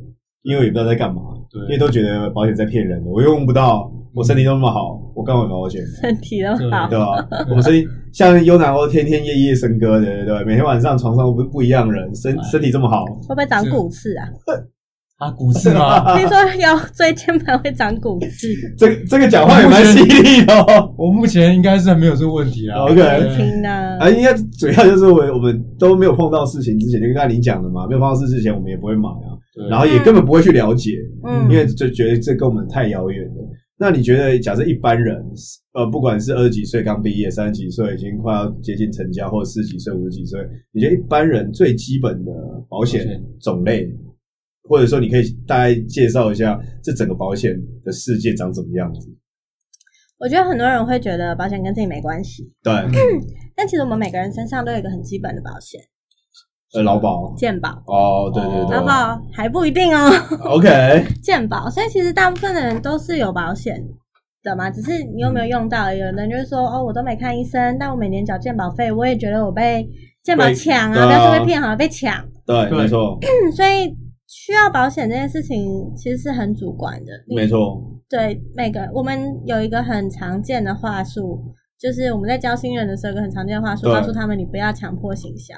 [SPEAKER 4] 因为也不知道在干嘛，因为
[SPEAKER 3] 对
[SPEAKER 4] 都觉得保险在骗人的，我又用不到，我身体都那么好，我干嘛买保险？
[SPEAKER 5] 身体都好
[SPEAKER 4] 对。吧、我们身体像优南欧天天夜夜笙歌的，对不对？每天晚上床上都不不一样人，
[SPEAKER 3] 哎
[SPEAKER 4] 身身体这么好，
[SPEAKER 5] 会不会长骨刺啊？
[SPEAKER 3] 啊，股市吗？
[SPEAKER 5] 听说腰椎间盘会长骨刺，
[SPEAKER 4] 这个这个讲话也蛮犀利的、哦。
[SPEAKER 3] 我目前应该是没有这个问题啊。
[SPEAKER 4] OK
[SPEAKER 5] 年
[SPEAKER 3] 对
[SPEAKER 5] 轻呢
[SPEAKER 4] 啊，。应该主要就是我们我们都没有碰到事情之前，就跟刚才你讲的嘛，没有碰到事之前，我们也不会买啊，
[SPEAKER 3] 对
[SPEAKER 4] 然后也根本不会去了解，
[SPEAKER 5] 嗯
[SPEAKER 4] 因为就觉得这跟我们太遥远了。那你觉得，假设一般人，呃，不管是二十几岁刚毕业，三十几岁已经快要接近成家，或者四十几岁、五十几岁，你觉得一般人最基本的保
[SPEAKER 3] 保
[SPEAKER 4] 险
[SPEAKER 3] 险
[SPEAKER 4] 种类，或者说你可以大概介绍一下这整个保险的世界长什么样子？
[SPEAKER 5] 我觉得很多人会觉得保险跟自己没关系，
[SPEAKER 4] 对，
[SPEAKER 5] 但其实我们每个人身上都有一个很基本的保险，
[SPEAKER 4] 呃，劳保，
[SPEAKER 5] 健保。
[SPEAKER 4] 哦，对对对，
[SPEAKER 5] 劳保还不一定哦，
[SPEAKER 4] ，OK，
[SPEAKER 5] 健保。所以其实大部分的人都是有保险的嘛，只是你有没有用到而已。有人就是说，
[SPEAKER 4] 嗯
[SPEAKER 5] 哦，我都没看医生，但我每年缴健保费，我也觉得我被健保
[SPEAKER 4] 被
[SPEAKER 5] 抢
[SPEAKER 4] 对啊
[SPEAKER 5] 啊，但是被骗好像被抢。
[SPEAKER 4] 对，
[SPEAKER 3] 对
[SPEAKER 4] 没错，
[SPEAKER 5] 嗯所以需要保险这件事情其实是很主观的。你
[SPEAKER 4] 没错，
[SPEAKER 5] 对每个我们有一个很常见的话术，就是我们在教新人的时候，有一个很常见的话术，
[SPEAKER 4] 对
[SPEAKER 5] 告诉他们你不要强迫行销，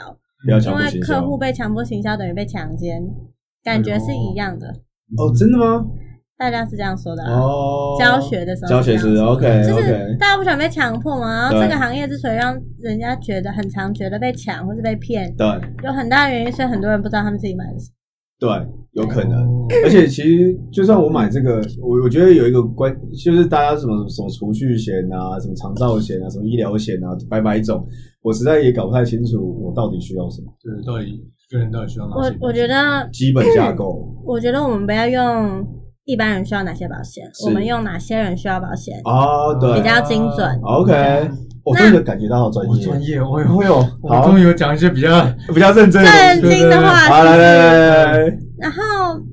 [SPEAKER 4] 不要
[SPEAKER 5] 因
[SPEAKER 4] 强迫
[SPEAKER 5] 为
[SPEAKER 4] 行
[SPEAKER 5] 客
[SPEAKER 4] 销。哎
[SPEAKER 5] 户被强迫行销等于被强奸，感觉是一样的。
[SPEAKER 4] 哦，真的吗？
[SPEAKER 5] 大家是这样说的、啊。
[SPEAKER 4] 哦，
[SPEAKER 5] 教学的时候
[SPEAKER 4] 教学
[SPEAKER 5] 是这
[SPEAKER 4] 是
[SPEAKER 5] 样
[SPEAKER 4] OK
[SPEAKER 5] 就
[SPEAKER 4] OK
[SPEAKER 5] 是。大家不想被强迫嘛，然后
[SPEAKER 4] 对
[SPEAKER 5] 这个行业之所以让人家觉得很常觉得被抢或是被骗，
[SPEAKER 4] 对
[SPEAKER 5] 有很大原因是很多人不知道他们自己买的什么。
[SPEAKER 4] 对，有可能。而且其实，就算我买这个，我我觉得有一个关，就是大家什么什么储蓄险啊，什么长照险啊，什么医疗险啊，百百种，我实在也搞不太清楚我到底需要什么
[SPEAKER 3] 对，到底一个人到底需要哪
[SPEAKER 4] 哦
[SPEAKER 3] 些？
[SPEAKER 5] 我我觉得，
[SPEAKER 4] 基本架构
[SPEAKER 5] 我觉得我们不要用一般人需要哪些保险，
[SPEAKER 4] 是
[SPEAKER 5] 我们用哪些人需要保险，
[SPEAKER 4] 啊，对
[SPEAKER 5] 嗯比较嗯精准。
[SPEAKER 4] ，OK。我真的感觉到好专
[SPEAKER 3] 我
[SPEAKER 4] 业，
[SPEAKER 3] 专业，我
[SPEAKER 4] 哎
[SPEAKER 3] 有，
[SPEAKER 4] 呦，
[SPEAKER 3] 我
[SPEAKER 4] 好
[SPEAKER 3] 终，于有讲一些比较
[SPEAKER 4] 比较认真的东西，
[SPEAKER 5] 正经的话，
[SPEAKER 4] 好，
[SPEAKER 5] 是
[SPEAKER 4] 来
[SPEAKER 5] 不
[SPEAKER 4] 来
[SPEAKER 5] 是
[SPEAKER 4] 来来来，
[SPEAKER 5] 然后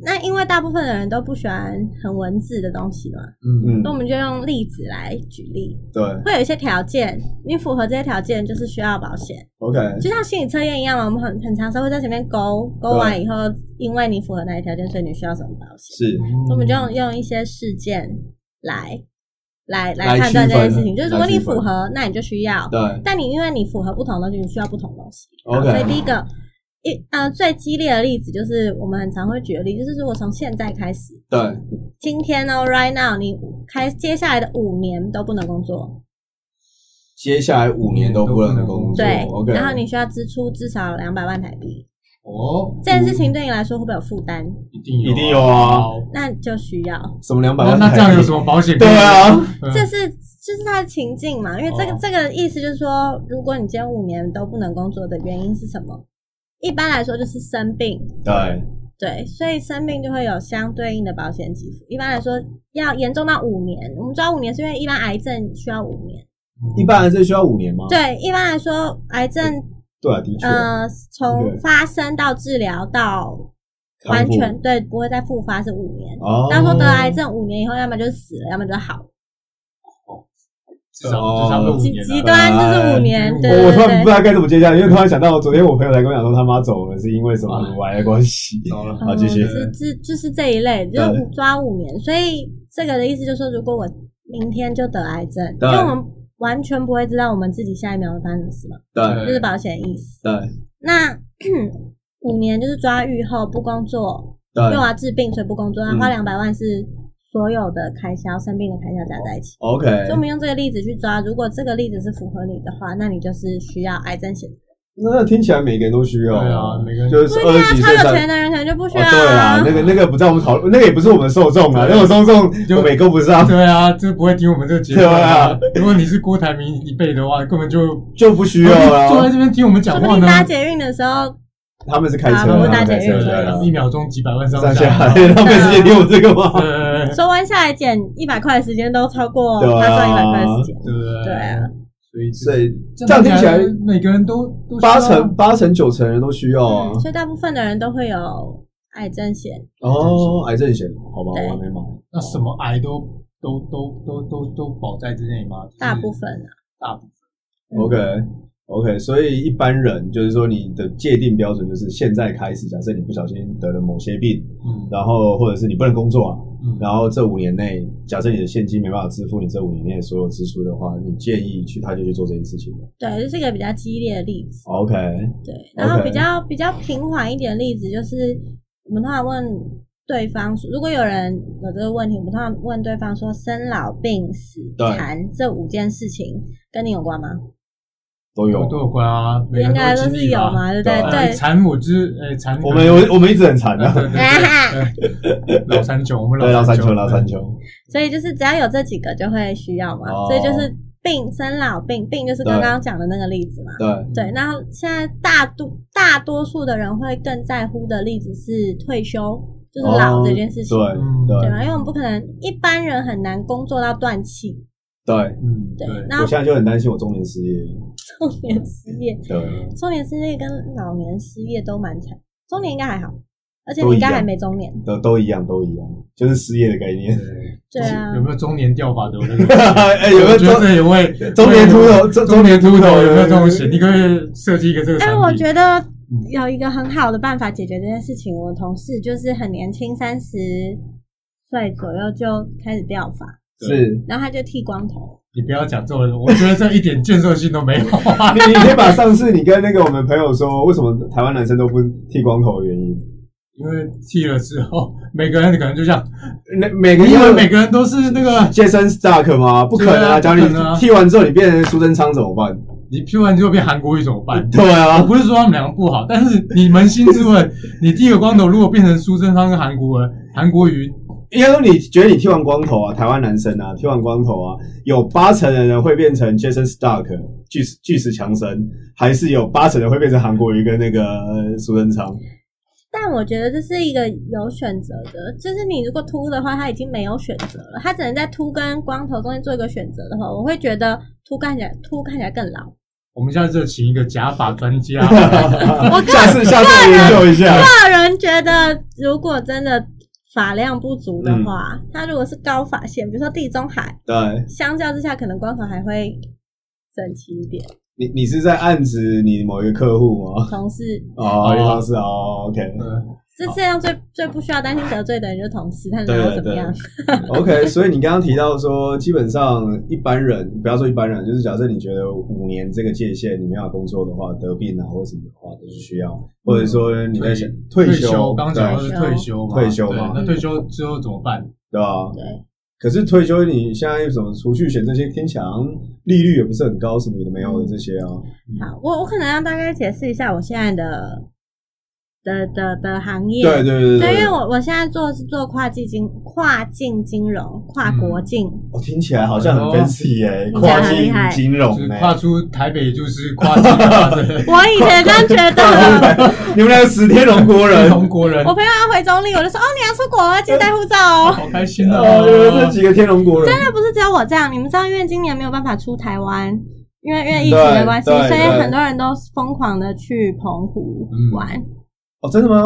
[SPEAKER 5] 那因为大部分的人都不喜欢很文字的东西嘛，
[SPEAKER 3] 嗯
[SPEAKER 4] 嗯
[SPEAKER 5] 那，我们就用例子来举例，
[SPEAKER 4] 对
[SPEAKER 5] 会有一些条件，你符合这些条件就是需要保险。
[SPEAKER 4] ，OK，
[SPEAKER 5] 就像心理测验一样嘛，我们很很常常会在前面勾勾完以后，因为你符合哪些条件，所以你需要什么保险。
[SPEAKER 4] 是，
[SPEAKER 5] 所以我们就用用一些事件来来
[SPEAKER 4] 来
[SPEAKER 5] 来判断
[SPEAKER 4] 区
[SPEAKER 5] 这
[SPEAKER 4] 分啊
[SPEAKER 5] 件事情，就是如果
[SPEAKER 4] 来区
[SPEAKER 5] 你
[SPEAKER 4] 分
[SPEAKER 5] 符合，那你就需要；
[SPEAKER 4] 对，
[SPEAKER 5] 但你因为你符合不同的东西，你需要不同的东西。好
[SPEAKER 4] OK
[SPEAKER 5] 所以第一个。一呃，最激烈的例子就是我们很常会举的例子，就是如果从现在开始，
[SPEAKER 4] 对，
[SPEAKER 5] 今天哦，right now，你开接下来的五年都不能工作，
[SPEAKER 4] 接下来五年都不能工作。
[SPEAKER 5] 对
[SPEAKER 4] o k
[SPEAKER 5] 然后你需要支出至少两百万台币，
[SPEAKER 3] 哦，
[SPEAKER 5] 这件事情对你来说会不会有负担？
[SPEAKER 3] 一定有，
[SPEAKER 4] 一定有啊
[SPEAKER 3] 好。
[SPEAKER 5] 那就需要，
[SPEAKER 4] 什么两百
[SPEAKER 3] 那
[SPEAKER 4] 万？
[SPEAKER 3] 那这样有什么？保险？
[SPEAKER 4] 对啊，
[SPEAKER 3] 嗯，
[SPEAKER 5] 这是就是他的情境嘛，因为这个、
[SPEAKER 3] 哦
[SPEAKER 5] 这个意思就是说，如果你今天五年都不能工作的原因是什么？一般来说就是生病，
[SPEAKER 4] 对，
[SPEAKER 5] 对，所以生病就会有相对应的保险给付。一般来说，要严重到五年，我们抓五年是因为一般癌症需要五年。
[SPEAKER 4] 一般还是需要五年吗？
[SPEAKER 5] 对，一般来说，癌症
[SPEAKER 4] 对啊，的确，
[SPEAKER 5] 呃，从
[SPEAKER 4] 对
[SPEAKER 5] 发生到治疗到
[SPEAKER 4] 康
[SPEAKER 5] 完
[SPEAKER 4] 复
[SPEAKER 5] 全对不会再复发是五年。
[SPEAKER 4] 哦，
[SPEAKER 5] 当说得癌症五年以后，要么就死了，要么就好了。
[SPEAKER 3] 至少至少都五
[SPEAKER 5] 极
[SPEAKER 3] 年啊
[SPEAKER 5] 极
[SPEAKER 3] 了。
[SPEAKER 5] 端就是五年，对
[SPEAKER 4] 啊我我突
[SPEAKER 5] 对
[SPEAKER 4] 然不知
[SPEAKER 5] 对。
[SPEAKER 4] 道该怎么接下来，因为突然想到，昨天我朋友才跟我讲说他妈走了，是因为什么乳癌的关系。啊
[SPEAKER 3] 糟了
[SPEAKER 4] 好，继续
[SPEAKER 5] 嗯。这这就是这一类，就是
[SPEAKER 4] 对
[SPEAKER 5] 五抓五年。所以这个的意思就是说，如果我明天就得癌症，因
[SPEAKER 4] 对
[SPEAKER 5] 为我们完全不会知道我们自己下一秒会发生什么事嘛，
[SPEAKER 4] 对
[SPEAKER 5] 就是保险意思。
[SPEAKER 4] 对
[SPEAKER 5] 那 五年就是抓愈后不工作，因为我
[SPEAKER 4] 对
[SPEAKER 5] 要治病，所以不工作，那
[SPEAKER 4] 嗯
[SPEAKER 5] 花两百万是所有的开销，生病的开销加在一起。
[SPEAKER 4] ，OK，
[SPEAKER 5] 所以我们用这个例子去抓，如果这个例子是符合你的话，那你就是需要癌症险。
[SPEAKER 4] 那听起来每个人都需要，
[SPEAKER 3] 对啊每个人
[SPEAKER 4] 就是
[SPEAKER 5] 不
[SPEAKER 4] 二
[SPEAKER 5] 一定
[SPEAKER 4] 十
[SPEAKER 5] 啊，
[SPEAKER 4] 几
[SPEAKER 5] 超
[SPEAKER 4] 岁
[SPEAKER 5] 有
[SPEAKER 4] 三。
[SPEAKER 5] 钱的人可能就不
[SPEAKER 4] 哦，
[SPEAKER 5] 需
[SPEAKER 4] 对
[SPEAKER 5] 要
[SPEAKER 4] 啊，那个那个不在我们讨论，那个也不是我们受众啊，那种受众就每个不上
[SPEAKER 3] 对啊，这不会听我们这个节目啊
[SPEAKER 4] 对。
[SPEAKER 3] 如果你是郭台铭一辈的话，根本就
[SPEAKER 4] 就不需要啊
[SPEAKER 3] 坐在
[SPEAKER 4] 了。
[SPEAKER 3] 这边听我们
[SPEAKER 5] 说
[SPEAKER 3] 讲
[SPEAKER 5] 不
[SPEAKER 3] 话
[SPEAKER 5] 定
[SPEAKER 3] 呢。
[SPEAKER 5] 搭捷运的时候，
[SPEAKER 4] 他们是开
[SPEAKER 5] 啊
[SPEAKER 4] 车
[SPEAKER 5] 我
[SPEAKER 4] 啊，
[SPEAKER 5] 们搭捷
[SPEAKER 4] 开
[SPEAKER 5] 运
[SPEAKER 4] 车
[SPEAKER 5] 对
[SPEAKER 4] 对啊
[SPEAKER 3] 一秒钟几百万上
[SPEAKER 4] 上
[SPEAKER 3] 下
[SPEAKER 4] 下 来，浪费时间听我这个吗？
[SPEAKER 3] 对对
[SPEAKER 5] 收完下来减一百块的时间都超过
[SPEAKER 4] 对啊
[SPEAKER 5] 他赚一百块的时间。
[SPEAKER 3] 对
[SPEAKER 5] 对啊，
[SPEAKER 3] 所以就
[SPEAKER 4] 所以这样听起来，
[SPEAKER 3] 每个人都都需要
[SPEAKER 4] 八成八成九成人都需要啊
[SPEAKER 5] 嗯，。所以大部分的人都会有癌症险。
[SPEAKER 4] 哦，癌症险，好吧，
[SPEAKER 5] 嗯对
[SPEAKER 4] 我还没买。
[SPEAKER 3] 那什么癌都都都都都都保在之内吗？就是
[SPEAKER 5] 大部分啊，
[SPEAKER 3] 大部分
[SPEAKER 4] OK OK，所以一般人就是说你的界定标准就是现在开始，假设你不小心得了某些病，
[SPEAKER 3] 嗯
[SPEAKER 4] 然后或者是你不能工作啊，
[SPEAKER 3] 嗯
[SPEAKER 4] 然后这五年内，假设你的现金没办法支付你这五年内所有支出的话，你建议去他就去做这件事情了。
[SPEAKER 5] 对，这是一个比较激烈的例子。
[SPEAKER 4] OK，
[SPEAKER 5] 对，然后
[SPEAKER 4] OK
[SPEAKER 5] 比较比较平缓一点的例子就是，我们通常问对方说，如果有人有这个问题，我们通常问对方说，生老病死
[SPEAKER 4] 对
[SPEAKER 5] 残这五件事情跟你有关吗？
[SPEAKER 4] 都有。
[SPEAKER 3] 都有关啊，每个
[SPEAKER 5] 应
[SPEAKER 3] 人
[SPEAKER 5] 该
[SPEAKER 3] 都
[SPEAKER 5] 都
[SPEAKER 3] 经
[SPEAKER 5] 是
[SPEAKER 3] 历
[SPEAKER 5] 有
[SPEAKER 3] 吧
[SPEAKER 5] 嘛，对不对？
[SPEAKER 4] 对
[SPEAKER 3] 呃
[SPEAKER 5] 对。
[SPEAKER 3] 馋我之呃馋
[SPEAKER 4] 我们我我们一直很惨的、
[SPEAKER 3] 对对对对对老三穷，我们
[SPEAKER 4] 对，
[SPEAKER 3] 老
[SPEAKER 4] 老三穷，
[SPEAKER 3] 穷，
[SPEAKER 4] 老三穷。
[SPEAKER 5] 所以就是只要有这几个就会需要嘛，
[SPEAKER 4] 嗯哦
[SPEAKER 5] 所以就是病生老病，病就是刚刚讲的那个例子
[SPEAKER 3] 啊
[SPEAKER 5] 嘛。
[SPEAKER 4] 对，
[SPEAKER 5] 对，那现在大多大多数的人会更在乎的例子是退休，就是老这件事情，
[SPEAKER 4] 哦对
[SPEAKER 3] 嗯
[SPEAKER 5] 对
[SPEAKER 4] 对
[SPEAKER 5] 吧？因为我们不可能一般人很难工作到断气，
[SPEAKER 4] 对，
[SPEAKER 3] 嗯
[SPEAKER 5] 对
[SPEAKER 3] 对，，
[SPEAKER 5] 那
[SPEAKER 4] 我现在就很担心我中年失业。
[SPEAKER 5] 中年失业，
[SPEAKER 4] 对，
[SPEAKER 5] 中年失业跟老年失业都蛮惨，中年应该还好，而且
[SPEAKER 4] 都
[SPEAKER 5] 你
[SPEAKER 4] 一
[SPEAKER 5] 应该
[SPEAKER 4] 样
[SPEAKER 5] 还没中年，
[SPEAKER 4] 都都一样，都一样，就是失业的概念。
[SPEAKER 5] 对啊
[SPEAKER 3] 有，没有中年掉发的？我那个
[SPEAKER 4] 哎，有没有
[SPEAKER 3] 我觉
[SPEAKER 4] 中
[SPEAKER 3] 得这有位
[SPEAKER 4] 中年秃头？中
[SPEAKER 3] 中年秃头有没有这种
[SPEAKER 4] 对
[SPEAKER 3] 险？你可不可以设计一个这个产
[SPEAKER 5] 但
[SPEAKER 3] 品。
[SPEAKER 5] 我觉得有一个很好的办法解决这件事情。我同事就是很年轻，三十岁左右就开始掉发，
[SPEAKER 4] 是，
[SPEAKER 5] 然后他就剃光头。
[SPEAKER 3] 你不要讲这种，我觉得这一点建设性都没有啊。
[SPEAKER 4] 你你可以把上次你跟那个我们朋友说，为什么台湾男生都不剃光头的原因？
[SPEAKER 3] 因为剃了之后，每个人可能就像，
[SPEAKER 4] 那每个
[SPEAKER 3] 因为
[SPEAKER 4] 人
[SPEAKER 3] 每个人都是那个，
[SPEAKER 4] 杰森 Stark 吗？不可能啊！
[SPEAKER 3] 对
[SPEAKER 4] 假
[SPEAKER 3] 啊
[SPEAKER 4] 如
[SPEAKER 3] 不可能
[SPEAKER 4] 你
[SPEAKER 3] 啊
[SPEAKER 4] 剃完之后你变成苏贞昌怎么办？
[SPEAKER 3] 你剃完之后变韩国语怎么办？
[SPEAKER 4] 对
[SPEAKER 3] 我
[SPEAKER 4] 啊，
[SPEAKER 3] 不是说他们两个不好，但是你扪心自问，你剃个光头，如果变成苏贞昌跟韩国人、韩国瑜，
[SPEAKER 4] 应该说你觉得你剃完光头啊，台湾男生啊，剃完光头啊，有八成的人会变成杰森 Stark 巨石巨石强森，还是有八成的人会变成韩国瑜跟那个呃苏贞昌？
[SPEAKER 5] 但我觉得这是一个有选择的，就是你如果秃的话，他已经没有选择了，他只能在秃跟光头中间做一个选择的话，我会觉得秃看起来秃看起来更老。
[SPEAKER 3] 我们下次就请一个假发专家，
[SPEAKER 4] 下次下次研究一下。
[SPEAKER 5] 个人觉得，如果真的发量不足的话，他如果是高发线，比如说地中海，
[SPEAKER 4] 对
[SPEAKER 5] 相较之下，可能光头还会整齐一点。
[SPEAKER 4] 你，你是在暗指你某一个客户吗？
[SPEAKER 5] 同事，
[SPEAKER 4] 哦，原来是哦，OK
[SPEAKER 5] 这世界上最最不需要担心得罪的人就是同事，他能够怎么样？
[SPEAKER 4] OK，所以你刚刚提到说，基本上一般人，不要说一般人，就是假设你觉得五年这个界限你没办法工作的话，得病啊或者什么的话，都是需要，或者说你在想
[SPEAKER 3] 嗯退
[SPEAKER 4] 休，
[SPEAKER 3] 休，刚刚讲的
[SPEAKER 4] 对
[SPEAKER 3] 是退休嘛，
[SPEAKER 4] 退休嘛
[SPEAKER 3] 对那退休之后怎么办？
[SPEAKER 4] 对吧？
[SPEAKER 5] 对。
[SPEAKER 4] 可是退休你现在怎么除去险这些，听起来好像利率也不是很高，什么也没有的这些啊。
[SPEAKER 5] 好，我我可能要大概解释一下我现在的的的的行业。
[SPEAKER 4] 对对对
[SPEAKER 5] 对，因为
[SPEAKER 4] 对，
[SPEAKER 5] 我我现在做的是做跨境金跨境金融、跨国境，
[SPEAKER 4] 我听起来好像很
[SPEAKER 3] 哦
[SPEAKER 4] fancy 耶，
[SPEAKER 5] 听起来
[SPEAKER 4] 跨
[SPEAKER 5] 很厉
[SPEAKER 4] 境
[SPEAKER 5] 害
[SPEAKER 4] 金
[SPEAKER 3] 就
[SPEAKER 4] 融
[SPEAKER 3] 是
[SPEAKER 4] 哎，
[SPEAKER 3] 跨出台北就是跨境 的
[SPEAKER 5] 我以前真觉得。
[SPEAKER 4] 你们两个死天龙国人，
[SPEAKER 3] 中国人
[SPEAKER 5] 我，朋友要回中立，我就说哦，你要出国，我要记得带护照哦。
[SPEAKER 3] 好开心
[SPEAKER 4] 哦，你们这
[SPEAKER 3] 哦！
[SPEAKER 4] 几个天龙国人，
[SPEAKER 5] 真的不是只有我这样，你们知道，因为今年没有办法出台湾，因为因为疫情的关系，
[SPEAKER 4] 对对
[SPEAKER 5] 所以
[SPEAKER 4] 对
[SPEAKER 5] 很多人都疯狂的去澎湖玩。
[SPEAKER 4] 哦，真的吗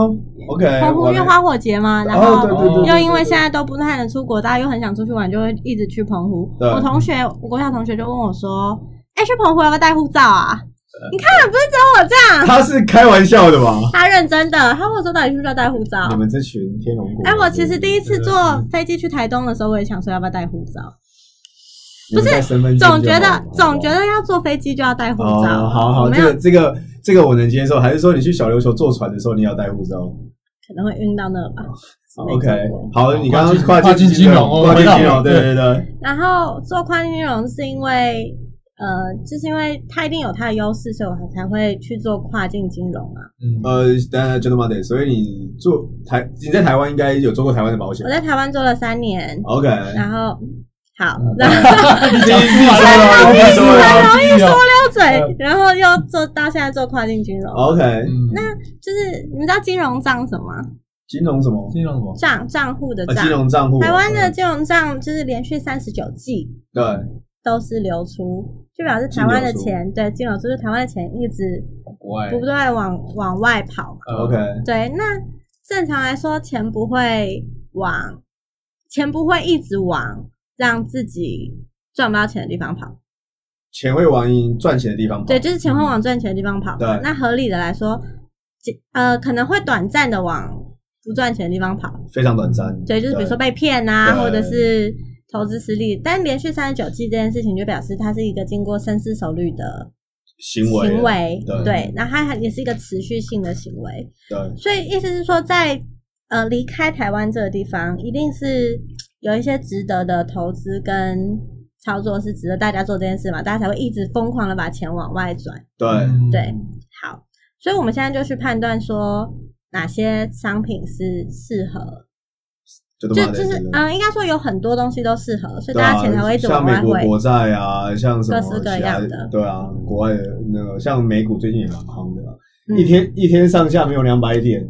[SPEAKER 4] ？OK，
[SPEAKER 5] 澎湖
[SPEAKER 4] 完
[SPEAKER 5] 因为
[SPEAKER 4] 了
[SPEAKER 5] 花火节嘛，
[SPEAKER 4] 嗯
[SPEAKER 5] 然
[SPEAKER 4] 哦，
[SPEAKER 5] 后
[SPEAKER 4] 对对对对，
[SPEAKER 5] 又因为
[SPEAKER 4] 对
[SPEAKER 5] 现在都不太能出国，大家又很想出去玩，就会一直去澎湖。
[SPEAKER 4] 对
[SPEAKER 5] 我同学，我国小同学就问我说：“哎、去澎湖要不要带护照啊？” 你看，不是只有我这样，
[SPEAKER 4] 他是开玩笑的吧？
[SPEAKER 5] 他认真的，他问我说：“到底需不需要带 护照
[SPEAKER 4] 你们这群天龙？”国，
[SPEAKER 5] 哎、我其实第一次坐飞机去台东的时候，我也想说要不要带护照，
[SPEAKER 4] 你们带身份证
[SPEAKER 5] 总
[SPEAKER 4] 就
[SPEAKER 5] 觉
[SPEAKER 4] 好
[SPEAKER 5] 得
[SPEAKER 4] 了
[SPEAKER 5] 总觉。得要坐飞机就要带护
[SPEAKER 4] 哦，
[SPEAKER 5] 照。
[SPEAKER 4] 好好，
[SPEAKER 5] 我没
[SPEAKER 4] 这
[SPEAKER 5] 有
[SPEAKER 4] 个这个这个我能接受，还是说你去小琉球坐船的时候你也要带护照
[SPEAKER 5] 可能会晕到那吧。没
[SPEAKER 4] 哦？OK，
[SPEAKER 5] 坐过
[SPEAKER 4] 好，你刚刚
[SPEAKER 3] 跨境
[SPEAKER 4] 跨境
[SPEAKER 3] 金融哦
[SPEAKER 4] 跨境
[SPEAKER 3] 回到
[SPEAKER 4] 金融，对对对，
[SPEAKER 5] 然后做跨境金融是因为，呃，就是因为它一定有它的优势，所以我才会去做跨境金融啊。
[SPEAKER 3] 嗯，
[SPEAKER 4] 呃，等一下真的吗？对，所以你做台你在台湾应该有做过台湾的保险
[SPEAKER 5] 我在台湾做了三年，
[SPEAKER 4] ，OK，
[SPEAKER 5] 然后好，
[SPEAKER 4] 嗯
[SPEAKER 5] 然后
[SPEAKER 3] 你嗯讲出来
[SPEAKER 4] 我跟你说了
[SPEAKER 3] 容易说
[SPEAKER 5] 溜
[SPEAKER 4] 嗯
[SPEAKER 5] 嘴，然后又做到现在做跨境金融，
[SPEAKER 4] ，OK，
[SPEAKER 3] 那
[SPEAKER 5] 就是你们知道金融账什么吗？
[SPEAKER 4] 金融什么？
[SPEAKER 3] 金融什么？
[SPEAKER 5] 账账户的
[SPEAKER 4] 呃，
[SPEAKER 5] 账
[SPEAKER 4] 金。融账户，嗯
[SPEAKER 5] 台湾的金融账就是连续三十九季
[SPEAKER 4] 对，
[SPEAKER 5] 都是流出，就表示台湾的
[SPEAKER 4] 净流出
[SPEAKER 5] 钱对金融就是台湾的钱一直
[SPEAKER 3] 国外
[SPEAKER 5] 不断往往外跑嘛。
[SPEAKER 3] 呃
[SPEAKER 4] OK，
[SPEAKER 5] 对，那正常来说，钱不会往，钱不会一直往让自己赚不到钱的地方跑。
[SPEAKER 4] 钱会往你赚钱的地方跑，
[SPEAKER 5] 对，就是钱会往赚钱的地方跑
[SPEAKER 4] 哦
[SPEAKER 5] 嘛。
[SPEAKER 4] 嗯对
[SPEAKER 5] 那合理的来说，这呃可能会短暂的往不赚钱的地方跑。
[SPEAKER 4] 非常短暂，
[SPEAKER 5] 对，就是比如说被骗啊，
[SPEAKER 4] 对
[SPEAKER 5] 或者是投资失利。但连续三十九季这件事情，就表示它是一个经过深思熟虑的
[SPEAKER 4] 行为，啊
[SPEAKER 5] 行为
[SPEAKER 4] 对
[SPEAKER 5] 对，那它还也是一个持续性的行为。
[SPEAKER 4] 对，
[SPEAKER 5] 所以意思是说在，呃离开台湾这个地方，一定是有一些值得的投资跟操作是值得大家做这件事嘛，大家才会一直疯狂的把钱往外转。
[SPEAKER 4] 对，
[SPEAKER 3] 嗯
[SPEAKER 5] 对，好，所以我们现在就去判断说哪些商品是适合，
[SPEAKER 4] 就
[SPEAKER 5] 就
[SPEAKER 4] 他妈的
[SPEAKER 5] 就是
[SPEAKER 4] 真的
[SPEAKER 5] 嗯，应该说有很多东西都适合，所以
[SPEAKER 4] 对
[SPEAKER 5] 大家
[SPEAKER 4] 啊，
[SPEAKER 5] 钱才会一直
[SPEAKER 4] 像
[SPEAKER 5] 往
[SPEAKER 4] 美
[SPEAKER 5] 外
[SPEAKER 4] 国
[SPEAKER 5] 汇。
[SPEAKER 4] 国债啊，像什么
[SPEAKER 5] 各式各
[SPEAKER 4] 其他
[SPEAKER 5] 样的
[SPEAKER 4] 对啊，国外的那个像美股最近也蛮夯的啊、
[SPEAKER 5] 嗯
[SPEAKER 4] 一天一天上下没有两百点，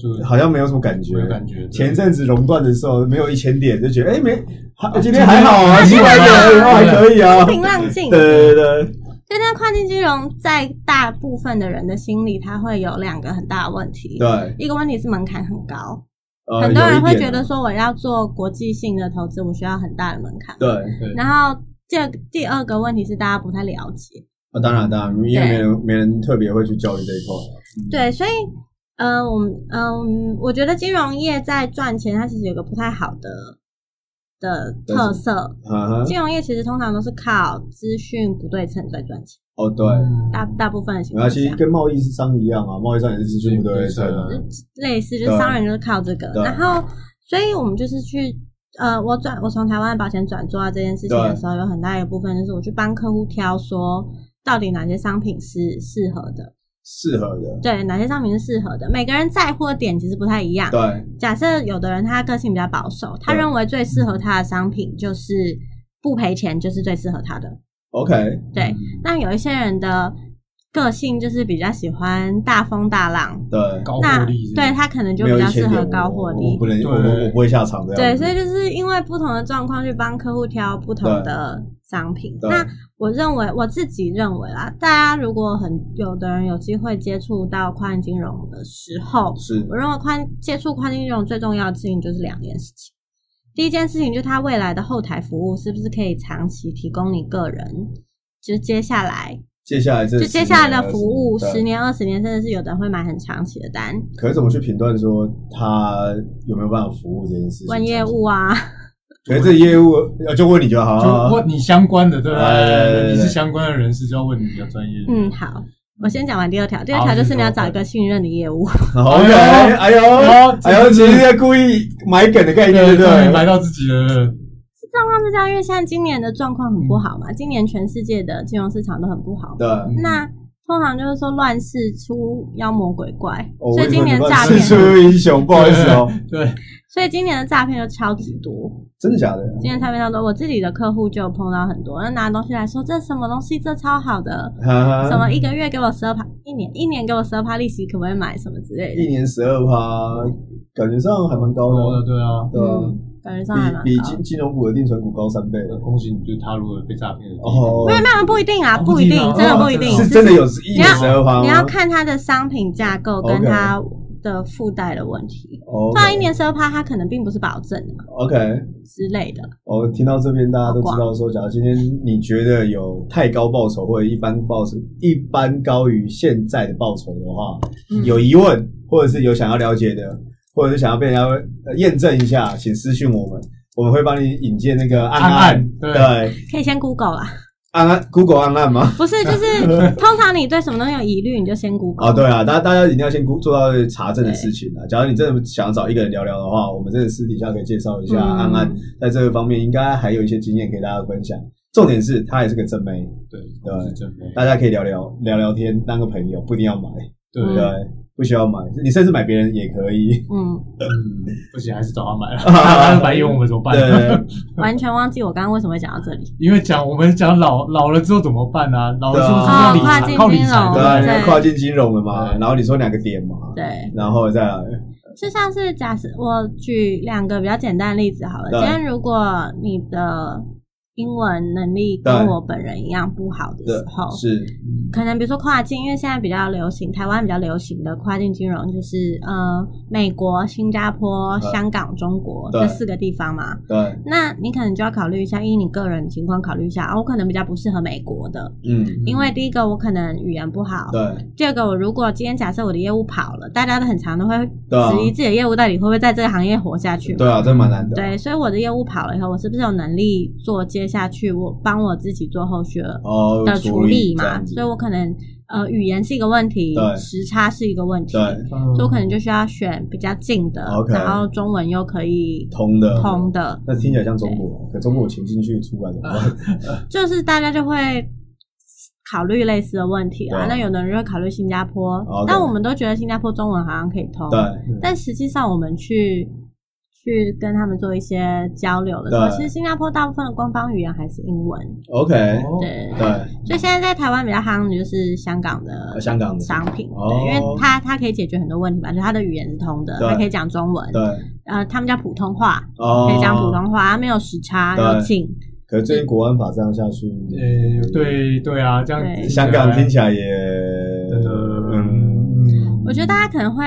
[SPEAKER 3] 就是
[SPEAKER 4] 好像没有什么感觉
[SPEAKER 3] 没。有感觉。
[SPEAKER 4] 前
[SPEAKER 3] 阵
[SPEAKER 4] 阵子熔断的时候没有一千点，就觉得哎、没，还今天
[SPEAKER 3] 天
[SPEAKER 4] 还好啊，七
[SPEAKER 3] 今天
[SPEAKER 4] 百点而已哦还可以啊。
[SPEAKER 5] 风平浪静，
[SPEAKER 4] 对对对对，
[SPEAKER 5] 对，但跨境金融在大部分的人的心里，它会有两个很大的问题。
[SPEAKER 4] 对啊
[SPEAKER 5] 一个问题是门槛很高，
[SPEAKER 4] 呃，
[SPEAKER 5] 很多人
[SPEAKER 4] 有
[SPEAKER 5] 会
[SPEAKER 4] 一点
[SPEAKER 5] 觉得说我要做国际性的投资，我需要很大的门槛。
[SPEAKER 4] 对，
[SPEAKER 5] 然后第二第二个问题是大家不太了解，
[SPEAKER 4] 啊、当然当然，因为没人没人特别会去教育这一块。
[SPEAKER 5] 对，所以嗯，我们嗯，我觉得金融业在赚钱，它其实有个不太好的的特色。
[SPEAKER 4] 嗯哼，
[SPEAKER 5] 金融业其实通常都是靠资讯不对称在赚钱，
[SPEAKER 4] 哦对，
[SPEAKER 3] 嗯
[SPEAKER 5] 大大部分的情
[SPEAKER 4] 然后
[SPEAKER 5] 况
[SPEAKER 4] 其
[SPEAKER 5] 下
[SPEAKER 4] 实。跟贸易商一样啊，贸易商也是资讯不对称啊。
[SPEAKER 5] 类似，就是
[SPEAKER 4] 对啊
[SPEAKER 5] 商人就是靠这个。
[SPEAKER 4] 对啊
[SPEAKER 5] 然后，所以我们就是去呃，我转我从台湾的保险转做到这件事情
[SPEAKER 4] 啊
[SPEAKER 5] 的时候，有很大一部分就是我去帮客户挑说。到底哪些商品是适合的？
[SPEAKER 4] 适合的，
[SPEAKER 5] 对，哪些商品是适合的？每个人在乎的点其实不太一样。
[SPEAKER 4] 对
[SPEAKER 5] 假设有的人他个性比较保守，他
[SPEAKER 4] 对
[SPEAKER 5] 认为最适合他的商品就是不赔钱，就是最适合他的。
[SPEAKER 4] ，OK，
[SPEAKER 5] 对，那有一些人的个性就是比较喜欢大风大浪，
[SPEAKER 4] 对，
[SPEAKER 3] 高
[SPEAKER 5] 那
[SPEAKER 3] 获利，
[SPEAKER 5] 对他可能就
[SPEAKER 4] 没
[SPEAKER 5] 比
[SPEAKER 4] 有
[SPEAKER 5] 较
[SPEAKER 4] 一
[SPEAKER 5] 适
[SPEAKER 4] 千点
[SPEAKER 5] 合
[SPEAKER 4] 我
[SPEAKER 5] 高获
[SPEAKER 4] 我
[SPEAKER 5] 利
[SPEAKER 4] 不。能，我
[SPEAKER 3] 对
[SPEAKER 4] 我我不会下场的。
[SPEAKER 5] 对，所以就是因为不同的状况去帮客户挑不同
[SPEAKER 4] 对
[SPEAKER 5] 的商品。
[SPEAKER 4] 对
[SPEAKER 5] 那我认为我自己认为啦，大家如果很有的人有机会接触到跨境金融的时候，
[SPEAKER 4] 是
[SPEAKER 5] 我认为跨接触跨境金融最重要的事情就是两件事情。第一件事情就是它未来的后台服务是不是可以长期提供你个人，就是接下来
[SPEAKER 4] 接下来这
[SPEAKER 5] 就接下来的服务，
[SPEAKER 4] 十
[SPEAKER 5] 十
[SPEAKER 4] 年
[SPEAKER 5] 年、二十年，甚至是有的人会买很长期的单，
[SPEAKER 4] 对可是怎么去评断说他有没有办法服务这件事情？
[SPEAKER 5] 问业务啊，
[SPEAKER 4] 可是这业务呃就问你就好
[SPEAKER 3] 就
[SPEAKER 4] 啊。
[SPEAKER 3] 问你相关的，对不
[SPEAKER 4] 哎对对对
[SPEAKER 3] 对？你是相关的人士，就要问你比较专业。
[SPEAKER 5] 嗯，好，我先讲完第二条。第二条就是你要找一个信任的业务。
[SPEAKER 4] OK，哎呦
[SPEAKER 3] 哎呦
[SPEAKER 4] 哎呦，其实在故意埋梗的概念，对
[SPEAKER 3] 对
[SPEAKER 4] 不
[SPEAKER 3] 对，终于
[SPEAKER 4] 对？
[SPEAKER 3] 来到自己的嗯
[SPEAKER 5] 状况是这样，因为现在今年的状况很不好嘛，今年全世界的金融市场都很不好。
[SPEAKER 4] 对
[SPEAKER 5] 那通常就是说乱世出妖魔鬼怪，
[SPEAKER 4] 哦
[SPEAKER 5] 所以今年诈
[SPEAKER 4] 我以为你乱世
[SPEAKER 5] 骗，
[SPEAKER 4] 出英雄，不好意思哦，
[SPEAKER 3] 对，
[SPEAKER 5] 所以今年的诈骗就超级多。
[SPEAKER 4] 真的假的？
[SPEAKER 5] 今年诈骗超多，我自己的客户就有碰到很多，那拿东西来说这什么东西，这超好的，
[SPEAKER 4] 哈
[SPEAKER 5] 什
[SPEAKER 4] 哈，
[SPEAKER 5] 么一个月给我十二趴，一年一年给我十二趴利息，可不可以买什么之类
[SPEAKER 4] 一
[SPEAKER 5] 的？
[SPEAKER 4] 年十二趴，感觉上还蛮高
[SPEAKER 3] 多
[SPEAKER 4] 的
[SPEAKER 3] 的，对啊，
[SPEAKER 4] 哦对啊，
[SPEAKER 5] 嗯，感觉上还蛮
[SPEAKER 4] 比比
[SPEAKER 5] 高
[SPEAKER 4] 金。金融股的定存股高三倍。
[SPEAKER 3] 恭喜你就踏入了被诈骗的地方。
[SPEAKER 4] 哦
[SPEAKER 5] 没，有没有不一定啊，
[SPEAKER 3] 哦
[SPEAKER 5] 不一定
[SPEAKER 3] 不一定啊，
[SPEAKER 5] 真的
[SPEAKER 3] 哦
[SPEAKER 5] 不一定，
[SPEAKER 3] 这
[SPEAKER 4] 是
[SPEAKER 5] 就
[SPEAKER 4] 真的有哦一
[SPEAKER 5] 你
[SPEAKER 4] 年
[SPEAKER 5] 要
[SPEAKER 4] 十二趴吗？
[SPEAKER 5] 你要看它的商品架构
[SPEAKER 4] OK
[SPEAKER 5] 跟它的附带的问题。
[SPEAKER 4] 哦
[SPEAKER 5] 放一年十二趴，它可能并不是保证的
[SPEAKER 4] OK。
[SPEAKER 5] 之类的。
[SPEAKER 4] 哦，听到这边大家都知道说，假如今天你觉得有太高报酬或者一般报酬一般高于现在的报酬的话，
[SPEAKER 5] 嗯
[SPEAKER 4] 有疑问或者是有想要了解的，或者是想要被人家呃验证一下，请私讯我们，我们会帮你引荐那个暗
[SPEAKER 3] 暗
[SPEAKER 4] 暗
[SPEAKER 3] 暗，
[SPEAKER 4] 对，
[SPEAKER 3] 对，
[SPEAKER 5] 可以先 Google 啦，
[SPEAKER 4] 暗暗 Google 暗暗吗？
[SPEAKER 5] 不是，就是 通常你对什么东西有疑虑，你就先 Google。
[SPEAKER 4] 啊，对啊，大家大家一定要先做到查证的事情啊。假如你真的想要找一个人聊聊的话，我们真的私底下可以介绍一下
[SPEAKER 5] 嗯
[SPEAKER 4] 安安在这个方面应该还有一些经验给大家分享。重点是她也是个正妹，
[SPEAKER 3] 对，
[SPEAKER 4] 对
[SPEAKER 3] 是真没。
[SPEAKER 4] 大家可以聊聊聊聊天，当个朋友，不一定要买，
[SPEAKER 3] 对，
[SPEAKER 4] 对，不需要买，你甚至买别人也可以。
[SPEAKER 5] 嗯，
[SPEAKER 3] 嗯，不行，还是找啊 他买了，他白用我们怎么办？
[SPEAKER 4] 对，
[SPEAKER 5] 完全忘记我刚刚为什么会讲到这里。
[SPEAKER 3] 因为讲我们讲老老了之后怎么办啊？老了之后是要理
[SPEAKER 5] 对啊
[SPEAKER 3] 财，靠理财
[SPEAKER 5] 哦
[SPEAKER 4] 对
[SPEAKER 3] 对
[SPEAKER 4] 啊，
[SPEAKER 5] 跨
[SPEAKER 4] 你要跨
[SPEAKER 5] 境金融对
[SPEAKER 4] 境金融了嘛，
[SPEAKER 3] 对
[SPEAKER 4] 然后你说两个点嘛，
[SPEAKER 5] 对，
[SPEAKER 4] 然后再来，
[SPEAKER 5] 就像是假设我举两个比较简单的例子好了，
[SPEAKER 4] 对
[SPEAKER 5] 今天如果你的英文能力跟
[SPEAKER 4] 对
[SPEAKER 5] 我本人一样不好的
[SPEAKER 4] 对
[SPEAKER 5] 时候，
[SPEAKER 4] 是
[SPEAKER 5] 可能比如说跨境，因为现在比较流行，台湾比较流行的跨境金融就是呃美国、新加坡、
[SPEAKER 4] 对
[SPEAKER 5] 香港、中国
[SPEAKER 4] 对
[SPEAKER 5] 这四个地方嘛。
[SPEAKER 4] 对，
[SPEAKER 5] 那你可能就要考虑一下，依你个人情况考虑一下，啊，我可能比较不适合美国的，
[SPEAKER 4] 嗯，
[SPEAKER 5] 因为第一个我可能语言不好，
[SPEAKER 4] 对，
[SPEAKER 5] 第二个我如果今天假设我的业务跑了，大家都很常都会
[SPEAKER 4] 对啊
[SPEAKER 5] 质疑自己的业务到底会不会在这个行业活下去嘛。
[SPEAKER 4] 对啊，真蛮难的，
[SPEAKER 5] 对，所以我的业务跑了以后，我是不是有能力做接下去我帮我自己做后续的
[SPEAKER 4] 哦，
[SPEAKER 5] 的处理
[SPEAKER 4] 这
[SPEAKER 5] 嘛？
[SPEAKER 4] 样子
[SPEAKER 5] 所以我可能呃语言是一个问题
[SPEAKER 4] 对，
[SPEAKER 5] 时差是一个问题，
[SPEAKER 4] 对
[SPEAKER 5] 所
[SPEAKER 3] 嗯
[SPEAKER 5] 以我可能就需要选比较近的
[SPEAKER 4] OK
[SPEAKER 5] 然后中文又可以
[SPEAKER 4] 通的
[SPEAKER 5] 通的，
[SPEAKER 4] 那听起来像中国，可中国潜进去出来怎么办？
[SPEAKER 5] 就是大家就会考虑类似的问题
[SPEAKER 4] 对
[SPEAKER 5] 啊。
[SPEAKER 4] 啊
[SPEAKER 5] 那有的人就会考虑新加坡
[SPEAKER 4] OK
[SPEAKER 5] 但我们都觉得新加坡中文好像可以通，
[SPEAKER 4] 对，
[SPEAKER 5] 但实际上我们去去跟他们做一些交流的时候，
[SPEAKER 4] 对
[SPEAKER 5] 其实新加坡大部分的官方语言还是英文，
[SPEAKER 4] ，OK，哎
[SPEAKER 5] 对。
[SPEAKER 4] 对，
[SPEAKER 5] 所以现在在台湾比较夯的就是香港的
[SPEAKER 4] 呃香港的，
[SPEAKER 5] 商品，
[SPEAKER 4] 哦
[SPEAKER 5] 对，因为它它可以解决很多问题嘛，就是它的语言是通的，
[SPEAKER 4] 对
[SPEAKER 5] 它可以讲中文
[SPEAKER 4] 对，，
[SPEAKER 5] 呃，他们叫普通话，
[SPEAKER 4] 哦，
[SPEAKER 5] 可以讲普。通话，没有时差，
[SPEAKER 4] 对
[SPEAKER 5] 又近，
[SPEAKER 4] 可是最近国安法这样下去，
[SPEAKER 3] 呃，对对啊，这样子呃
[SPEAKER 5] 对
[SPEAKER 4] 香港听起来也，嗯，
[SPEAKER 3] 嗯，
[SPEAKER 5] 我觉得大家可能会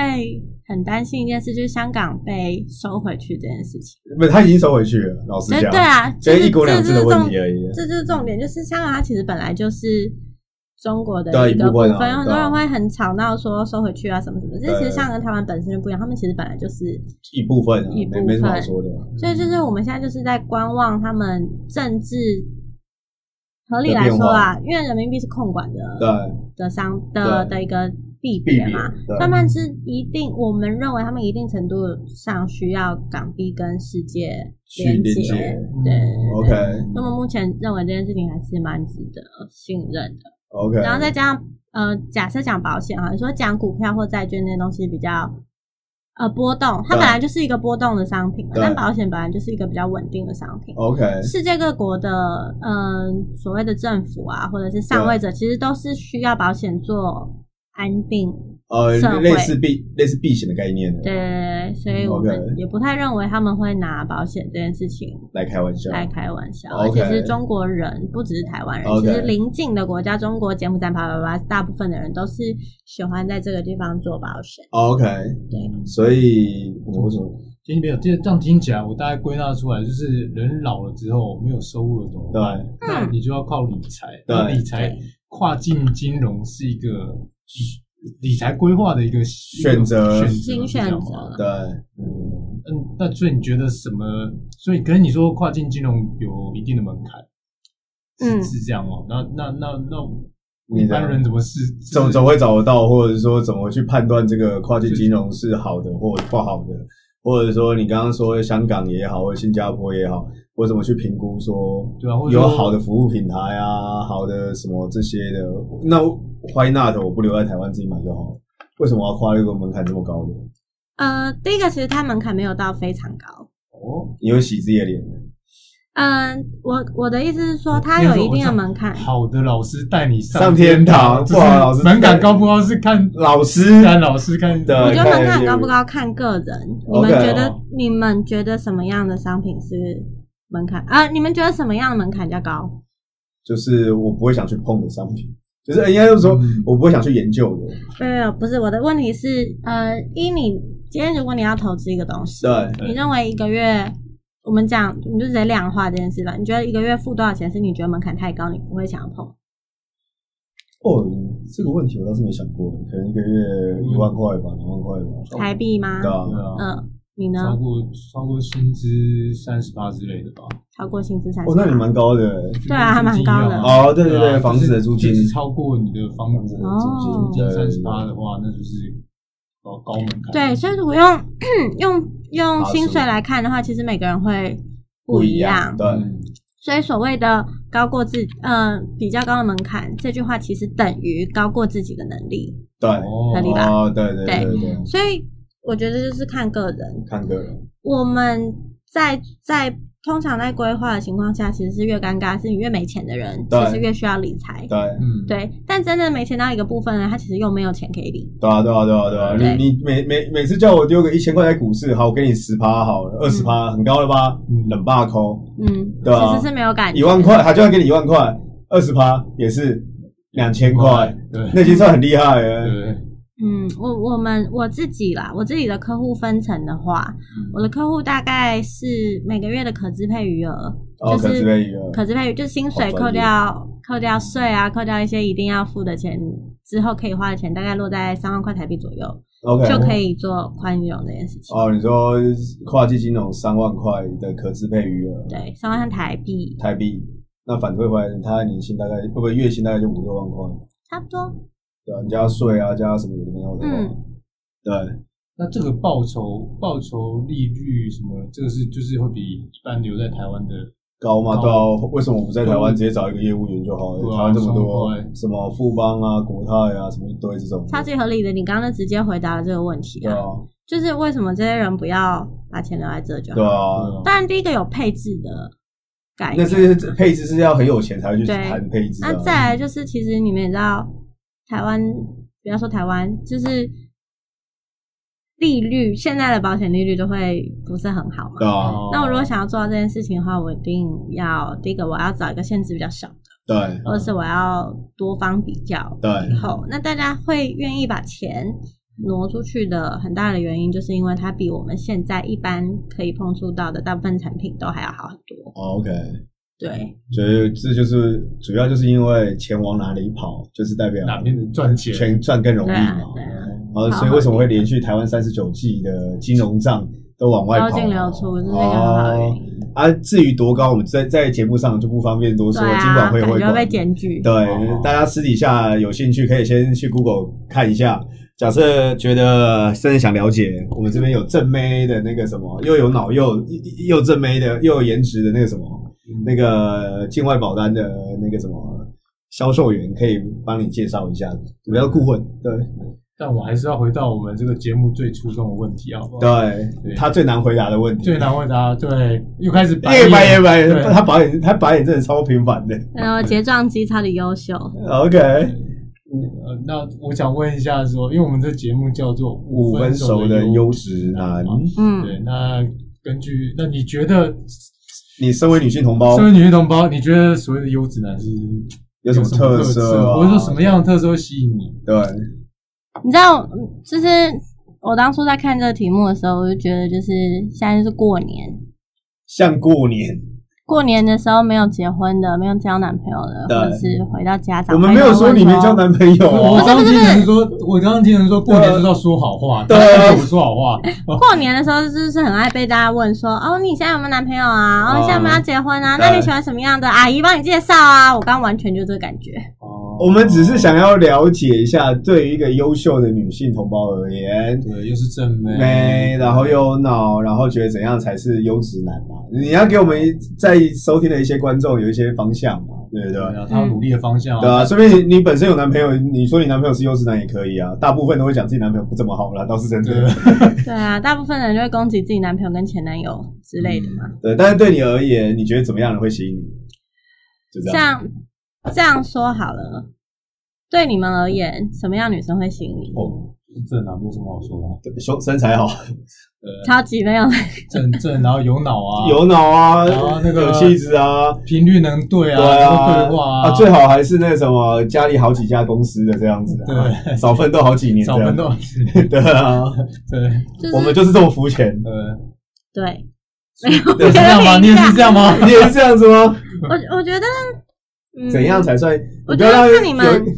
[SPEAKER 5] 很担心一件事，就是香港被收回去这件事情。
[SPEAKER 4] 不，他已经收回去了，老实
[SPEAKER 5] 所以
[SPEAKER 4] 讲，
[SPEAKER 5] 对，啊，
[SPEAKER 4] 只
[SPEAKER 5] 就是
[SPEAKER 4] 一国两制的问题
[SPEAKER 5] 这
[SPEAKER 4] 而已。
[SPEAKER 5] 这就是重点，就是香港它其实本来就是中国的
[SPEAKER 4] 对啊
[SPEAKER 5] 一个
[SPEAKER 4] 一部
[SPEAKER 5] 部
[SPEAKER 4] 分啊
[SPEAKER 5] 分，有很多
[SPEAKER 4] 对啊
[SPEAKER 5] 人会很吵闹说收回去啊什么什么，这其
[SPEAKER 4] 对
[SPEAKER 5] 实香港跟台湾本身就不一样，他们其实本来就是，
[SPEAKER 4] 一部分啊，
[SPEAKER 5] 一部
[SPEAKER 4] 没
[SPEAKER 5] 分
[SPEAKER 4] 没什么好说的。
[SPEAKER 5] 所以就是我们现在就是在观望他们政治。合理来
[SPEAKER 4] 的变
[SPEAKER 5] 说
[SPEAKER 4] 化
[SPEAKER 5] 啊，因为人民币是控管
[SPEAKER 4] 对啊
[SPEAKER 5] 的，的商的
[SPEAKER 4] 对
[SPEAKER 5] 的一个币
[SPEAKER 4] 避
[SPEAKER 5] 别
[SPEAKER 4] 免
[SPEAKER 5] 嘛，
[SPEAKER 4] 对
[SPEAKER 5] 他们是一定，我们认为他们一定程度上需要港币跟世界
[SPEAKER 4] 去
[SPEAKER 5] 连
[SPEAKER 4] 连
[SPEAKER 5] 接
[SPEAKER 4] 接，嗯
[SPEAKER 5] 对。
[SPEAKER 4] ，OK
[SPEAKER 5] 那么目前认为这件事情还是蛮值得信任的。
[SPEAKER 4] OK，
[SPEAKER 5] 然后再加上呃，假设讲保险啊，你说讲股票或债券那些东西比较呃波动，它
[SPEAKER 4] 对啊
[SPEAKER 5] 本来就是一个波动的商品嘛，
[SPEAKER 4] 对啊哦
[SPEAKER 5] 但保险本来就是一个比较稳定的商品。
[SPEAKER 4] OK，
[SPEAKER 5] 世界各国的嗯、呃所谓的政府啊，或者是上位者，其实都是需要保险做安定。社
[SPEAKER 4] 呃，
[SPEAKER 5] 会
[SPEAKER 4] 类似避类似避险的概念啊的，
[SPEAKER 5] 对，所以
[SPEAKER 4] 嗯
[SPEAKER 5] 我
[SPEAKER 4] OK
[SPEAKER 5] 们也不太认为他们会拿保险这件事情
[SPEAKER 4] 来开玩笑，
[SPEAKER 5] 爱开玩笑，而
[SPEAKER 4] OK
[SPEAKER 5] 且是中国人，不只是台湾人
[SPEAKER 4] OK
[SPEAKER 5] 其实邻近的国家，中国、柬埔寨、巴拉巴拉，大部分的人都是喜欢在这个地方做保险。
[SPEAKER 4] 哦 OK，
[SPEAKER 5] 对
[SPEAKER 4] 所以我怎么
[SPEAKER 3] 其实没有，这这样听起来，我大概归纳出来就是，人老了之后没有收入了怎么
[SPEAKER 4] 对啊
[SPEAKER 3] 办？那
[SPEAKER 5] 嗯
[SPEAKER 3] 你就要靠理财，
[SPEAKER 4] 对
[SPEAKER 3] 那理财
[SPEAKER 5] 对
[SPEAKER 3] 跨境金融是一个理理财规划的一个
[SPEAKER 4] 选择
[SPEAKER 3] 一个
[SPEAKER 5] 新
[SPEAKER 3] 选
[SPEAKER 5] 选
[SPEAKER 3] 择是这
[SPEAKER 5] 择
[SPEAKER 3] 样吗
[SPEAKER 4] 对，嗯，
[SPEAKER 3] 嗯，那所以你觉得什么？所以可是你说跨境金融有一定的门槛，
[SPEAKER 5] 嗯
[SPEAKER 3] 是是这样吗？那那那那
[SPEAKER 4] 你
[SPEAKER 3] 一
[SPEAKER 4] 这样
[SPEAKER 3] 般人怎么是
[SPEAKER 4] 怎么怎么会找得到，或者说怎么去判断这个跨境金融是好的或不好的，或者说你刚刚说香港也好，或者新加坡也好，我怎么去评估说
[SPEAKER 3] 对啊或者
[SPEAKER 4] 有
[SPEAKER 3] 说
[SPEAKER 4] 好的服务平台啊，好的什么这些的？那 Why not？我不留在台湾自己买就好了。为什么要跨越个门槛这么高呢？
[SPEAKER 5] 呃，第一个其实它门槛没有到非常高。
[SPEAKER 4] 哦，你有洗自己的脸吗？
[SPEAKER 5] 嗯、我我的意思是说，它有一定的门槛。
[SPEAKER 3] 好的老师带你
[SPEAKER 4] 上
[SPEAKER 3] 天
[SPEAKER 4] 天堂
[SPEAKER 3] 就是
[SPEAKER 4] 不好老师
[SPEAKER 3] 门槛高不高是看
[SPEAKER 4] 老师
[SPEAKER 3] 看老师看啊
[SPEAKER 4] 的
[SPEAKER 5] 我觉得门
[SPEAKER 4] 看
[SPEAKER 5] 槛
[SPEAKER 4] 人
[SPEAKER 5] 高不高看个人。你
[SPEAKER 4] OK，
[SPEAKER 5] 们觉得
[SPEAKER 3] 哦
[SPEAKER 5] 你们觉得什么样的商品是门槛啊？你们觉得什么样的门槛较高？
[SPEAKER 4] 就是我不会想去碰的商品，就是应该就是说
[SPEAKER 3] 嗯
[SPEAKER 4] 我不会想去研究的。
[SPEAKER 5] 没有没有，不是我的问题是，呃，依你今天如果你要投资一个东西，
[SPEAKER 4] 对，
[SPEAKER 5] 你认为一个月，我们讲我们就直接量化这件事吧。你觉得一个月付多少钱是你觉得门槛太高，你不会想要碰？
[SPEAKER 4] 哦，这个问题我倒是没想过，可能一个月
[SPEAKER 3] 嗯
[SPEAKER 4] 一万块吧，两万块吧。
[SPEAKER 5] 台币吗？
[SPEAKER 4] 对啊，
[SPEAKER 3] 对
[SPEAKER 5] 嗯、
[SPEAKER 3] 啊，
[SPEAKER 5] 你呢？
[SPEAKER 3] 超过超过薪资三十八之类的吧？
[SPEAKER 5] 超过薪资产
[SPEAKER 4] 哦，那你蛮高的。
[SPEAKER 5] 对啊还蛮高的
[SPEAKER 3] 就是
[SPEAKER 4] 哦，对对
[SPEAKER 3] 嗯啊
[SPEAKER 4] 对，房子的租金
[SPEAKER 3] 就，是超过你的房子的
[SPEAKER 5] 哦
[SPEAKER 3] 租金三十八的话，那就是高高门槛。
[SPEAKER 5] 对，所以如果用 用用
[SPEAKER 4] 爬树
[SPEAKER 5] 薪水来看的话，其实每个人会不一样。
[SPEAKER 4] 对，
[SPEAKER 3] 嗯
[SPEAKER 5] 所以所谓的高过自呃比较高的门槛，这句话其实等于高过自己的能力。
[SPEAKER 4] 对，
[SPEAKER 3] 哦，
[SPEAKER 5] 合理吧
[SPEAKER 4] 哦，对对对对，
[SPEAKER 5] 所以我觉得就是看个人。
[SPEAKER 4] 看个人，
[SPEAKER 5] 我们在在通常在规划的情况下，其实是越尴尬，是你越没钱的人，
[SPEAKER 4] 对
[SPEAKER 5] 其实越需要理财。
[SPEAKER 4] 对，
[SPEAKER 3] 嗯，
[SPEAKER 5] 对，但真正没钱到一个部分呢，他其实又没有钱可以理。
[SPEAKER 4] 对啊，对啊，对啊，对啊，
[SPEAKER 5] 对
[SPEAKER 4] 你你每每每次叫我丢个一千块在股市，好，我给你十趴好了，二十趴，很高了吧？冷霸扣
[SPEAKER 5] 嗯，
[SPEAKER 4] 对啊
[SPEAKER 5] 其实是没有感觉。
[SPEAKER 4] 一万块，他就算给你一万块，二十趴也是两千块，
[SPEAKER 3] 对
[SPEAKER 4] 那已经算很厉害了。
[SPEAKER 3] 对，
[SPEAKER 5] 嗯，我我们我自己啦，我自己的客户分层的话，
[SPEAKER 4] 嗯
[SPEAKER 5] 我的客户大概是每个月的可支配余额，
[SPEAKER 4] 哦，
[SPEAKER 5] 就
[SPEAKER 4] 可支
[SPEAKER 5] 是
[SPEAKER 4] 配一哦个，
[SPEAKER 5] 可支配余就是薪水
[SPEAKER 4] 好专业
[SPEAKER 5] 扣掉扣掉税啊，扣掉一些一定要付的钱之后可以花的钱，大概落在三万块台币左右，
[SPEAKER 4] OK，
[SPEAKER 5] 就可以做宽裕融这件事情。
[SPEAKER 4] 哦，你说跨境金融三万块的可支配余额
[SPEAKER 5] 对，三万台币
[SPEAKER 4] 台币，那反推回来，他年薪大概会不会月薪大概就五六万块？
[SPEAKER 5] 差不多。
[SPEAKER 4] 对啊，你加税啊，加什么有的没有的。
[SPEAKER 5] 嗯，
[SPEAKER 4] 对，
[SPEAKER 3] 那这个报酬、报酬利率什么，这个是就是会比一般留在台湾的
[SPEAKER 4] 高嘛，
[SPEAKER 3] 高
[SPEAKER 4] 对啊，为什么我们在台湾直接找一个业务员就好
[SPEAKER 3] 嗯对
[SPEAKER 4] 了？
[SPEAKER 3] 啊
[SPEAKER 4] 台湾这么
[SPEAKER 3] 双
[SPEAKER 4] 多
[SPEAKER 3] 倍
[SPEAKER 4] 什么富邦啊、国泰啊，什么一堆这种的。
[SPEAKER 5] 超级合理的。你刚刚就直接回答了这个问题
[SPEAKER 4] 对
[SPEAKER 5] 啊，
[SPEAKER 4] 啊，
[SPEAKER 5] 就是为什么这些人不要把钱留在这就好
[SPEAKER 4] 对
[SPEAKER 5] 了？
[SPEAKER 4] 啊。
[SPEAKER 5] 当然，第一个有配置的概
[SPEAKER 4] 那这
[SPEAKER 5] 念。
[SPEAKER 4] 些配置是要很有钱才会去
[SPEAKER 5] 对
[SPEAKER 4] 谈配置啊
[SPEAKER 5] 那。再来就是，其实你们也知道，台湾不要说台湾，就是利率，现在的保险利率都会不是很好嘛。
[SPEAKER 4] 对啊，
[SPEAKER 5] 哦
[SPEAKER 3] 嗯哦
[SPEAKER 5] 那我如果想要做到这件事情的话，我一定要第一个我要找一个限制比较小的，
[SPEAKER 4] 对
[SPEAKER 5] 或者是我要多方比较以
[SPEAKER 4] 对
[SPEAKER 5] 后，那大家会愿意把钱挪出去的很大的原因，就是因为它比我们现在一般可以碰触到的大部分产品都还要好很多。
[SPEAKER 4] 哦，OK，
[SPEAKER 5] 对，
[SPEAKER 4] 所以这就是主要就是因为钱往哪里跑，就是代表
[SPEAKER 3] 哪边能赚钱？
[SPEAKER 4] 钱赚更容易
[SPEAKER 5] 对啊
[SPEAKER 4] 嘛。，
[SPEAKER 5] 对啊。
[SPEAKER 4] 然后所以为什么会连续台湾三十九季的金融账都往外跑？哦
[SPEAKER 5] 流进流出，这是一个很好的原因。
[SPEAKER 4] 啊，至于多高，我们在在节目上就不方便多说，
[SPEAKER 5] 对啊，
[SPEAKER 4] 金管会会
[SPEAKER 5] 感觉
[SPEAKER 4] 管
[SPEAKER 5] 被。检举。
[SPEAKER 4] 对，
[SPEAKER 3] 哦
[SPEAKER 4] 大家私底下有兴趣可以先去 Google 看一下。假设觉得真的想了解，我们这边有正妹的那个什么，又有脑又又正妹的，又有颜值的那个什么，那个境外保单的那个什么销售员，可以帮你介绍一下，我要顾问。对
[SPEAKER 3] 但我还是要回到我们这个节目最初衷的问题，好不好？对
[SPEAKER 4] 对，他最难回答的问题，
[SPEAKER 3] 最难回答，对，又开始白
[SPEAKER 4] 哎，白眼白眼，
[SPEAKER 3] 对
[SPEAKER 4] 他白眼他白眼真的超频繁的。
[SPEAKER 5] 然后睫状肌超级优秀，
[SPEAKER 4] OK，
[SPEAKER 3] 呃，那我想问一下说，因为我们这节目叫做
[SPEAKER 4] 五分熟的
[SPEAKER 3] 优
[SPEAKER 4] 优质男，
[SPEAKER 5] 嗯，
[SPEAKER 3] 对，那根据那你觉得，
[SPEAKER 4] 你身为女性同胞
[SPEAKER 3] 身为女性同胞，你觉得所谓的优质男是
[SPEAKER 4] 有什么特
[SPEAKER 3] 特
[SPEAKER 4] 色啊？
[SPEAKER 3] 或者说什么样的特色会吸引你？
[SPEAKER 4] 对，啊
[SPEAKER 5] 你知道，嗯就是我当初在看这个题目的时候，我就觉得就是现在就是过年，
[SPEAKER 4] 像过年，
[SPEAKER 5] 过年的时候没有结婚的，没有交男朋友的，
[SPEAKER 4] 对
[SPEAKER 5] 或者是回到家长，
[SPEAKER 4] 我们没有说你没交
[SPEAKER 5] 朋友
[SPEAKER 4] 男朋友
[SPEAKER 3] 我
[SPEAKER 4] 啊，
[SPEAKER 3] 刚刚听人说，我刚刚听人说过年就是要说好话，
[SPEAKER 4] 对
[SPEAKER 3] 大家都对我说好话，
[SPEAKER 5] 问说。过年的时候就是很爱被大家问说，哦，你现在有没有男朋友啊？哦，
[SPEAKER 4] 哦
[SPEAKER 5] 你现在有没有要结婚啊？
[SPEAKER 4] 对
[SPEAKER 5] 那你喜欢什么样的阿姨帮你介绍啊？我刚完全就这个感觉，
[SPEAKER 3] 哦
[SPEAKER 4] 我们只是想要了解一下，对于一个优秀的女性同胞而言，
[SPEAKER 3] 对，又是正妹，
[SPEAKER 4] 美，然后又有脑，然后觉得怎样才是优质男嘛？你要给我们在收听的一些观众有一些方向嘛，对不对？
[SPEAKER 3] 然后他啊努力的方向
[SPEAKER 4] 对啊，说不定你你本身有男朋友，你说你男朋友是优质男也可以啊。大部分都会讲自己男朋友不怎么好啦，倒是真的。
[SPEAKER 5] 对啊，大部分人就会攻击自己男朋友跟前男友之类的嘛。
[SPEAKER 4] 对，但是对你而言，你觉得怎么样的会吸引你？就这
[SPEAKER 5] 这
[SPEAKER 4] 样。
[SPEAKER 5] 样这样说好了，对你们而言，什么样女生会吸引你？
[SPEAKER 3] 哦，是正啊，没有什么好说的。
[SPEAKER 4] 对胸身材好，
[SPEAKER 3] 啊
[SPEAKER 5] 超级没有，
[SPEAKER 3] 正正，然后有脑啊，
[SPEAKER 4] 有脑啊，
[SPEAKER 3] 然后那个
[SPEAKER 4] 有气质啊，
[SPEAKER 3] 频率能对啊，
[SPEAKER 4] 对啊
[SPEAKER 3] 能对话
[SPEAKER 4] 最好还是那什么家里好几家公司的这样子啊，
[SPEAKER 3] 对
[SPEAKER 4] 少奋斗好几年，
[SPEAKER 3] 少奋，斗，
[SPEAKER 4] 对啊，
[SPEAKER 3] 对，
[SPEAKER 5] 就是
[SPEAKER 4] 我们就是这么肤浅，
[SPEAKER 3] 呃，
[SPEAKER 5] 对，
[SPEAKER 3] 对是这样吗？你也是这样吗？
[SPEAKER 4] 你也是这样子吗？
[SPEAKER 5] 我我觉得，嗯，
[SPEAKER 4] 怎样？才算？
[SPEAKER 5] 我
[SPEAKER 4] 你
[SPEAKER 5] 觉
[SPEAKER 4] 不要
[SPEAKER 5] 得
[SPEAKER 4] 让
[SPEAKER 5] 看你们
[SPEAKER 4] 有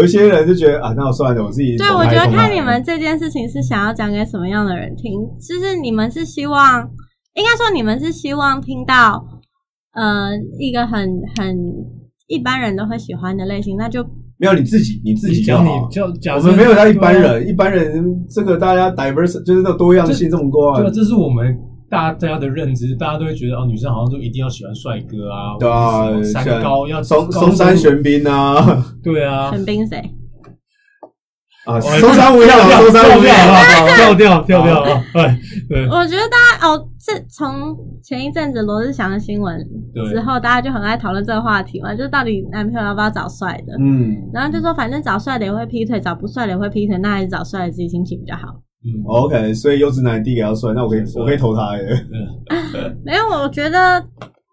[SPEAKER 4] 有一些人就觉得啊，那我算了，我自己
[SPEAKER 5] 对，
[SPEAKER 4] 走
[SPEAKER 5] 我
[SPEAKER 4] 开
[SPEAKER 5] 觉得
[SPEAKER 4] 通
[SPEAKER 5] 看
[SPEAKER 4] 啊
[SPEAKER 5] 你们这件事情是想要讲给什么样的人听，就是你们是希望，应该说你们是希望听到，呃，一个很很一般人都会喜欢的类型，那就
[SPEAKER 4] 没有你自己， 你自己就好。
[SPEAKER 3] 就假
[SPEAKER 4] 我
[SPEAKER 3] 设
[SPEAKER 4] 们没有像一般，人，一般人这个大家 diverse 就是那种多样性这么高啊
[SPEAKER 3] 对，啊，这是我们大大家的认知，大家都会觉得哦，女生好像就一定要喜欢帅哥啊，
[SPEAKER 4] 对啊
[SPEAKER 3] 或者是什么
[SPEAKER 4] 像
[SPEAKER 3] 三高要
[SPEAKER 4] 松
[SPEAKER 3] 高
[SPEAKER 4] 松山
[SPEAKER 3] 收入
[SPEAKER 4] 玄彬啊
[SPEAKER 3] 对啊，
[SPEAKER 5] 陈冰谁？
[SPEAKER 4] 啊，
[SPEAKER 3] 哎
[SPEAKER 4] 松山无恙，松山啊无恙。
[SPEAKER 3] 跳掉跳掉啊！哎，对
[SPEAKER 5] 我觉得大家哦，这从前一阵子罗志祥的新闻
[SPEAKER 3] 对
[SPEAKER 5] 之后，大家就很爱讨论这个话题嘛，就是到底男朋友要不要找帅的，
[SPEAKER 4] 嗯
[SPEAKER 5] 然后就说反正找帅的也会劈腿，找不帅的也会劈腿，那还是找帅的自己心情比较好。
[SPEAKER 3] 嗯，
[SPEAKER 4] ，OK，所以优质男第一个要帅，那我可以我可以投他耶。
[SPEAKER 5] 没有，我觉得，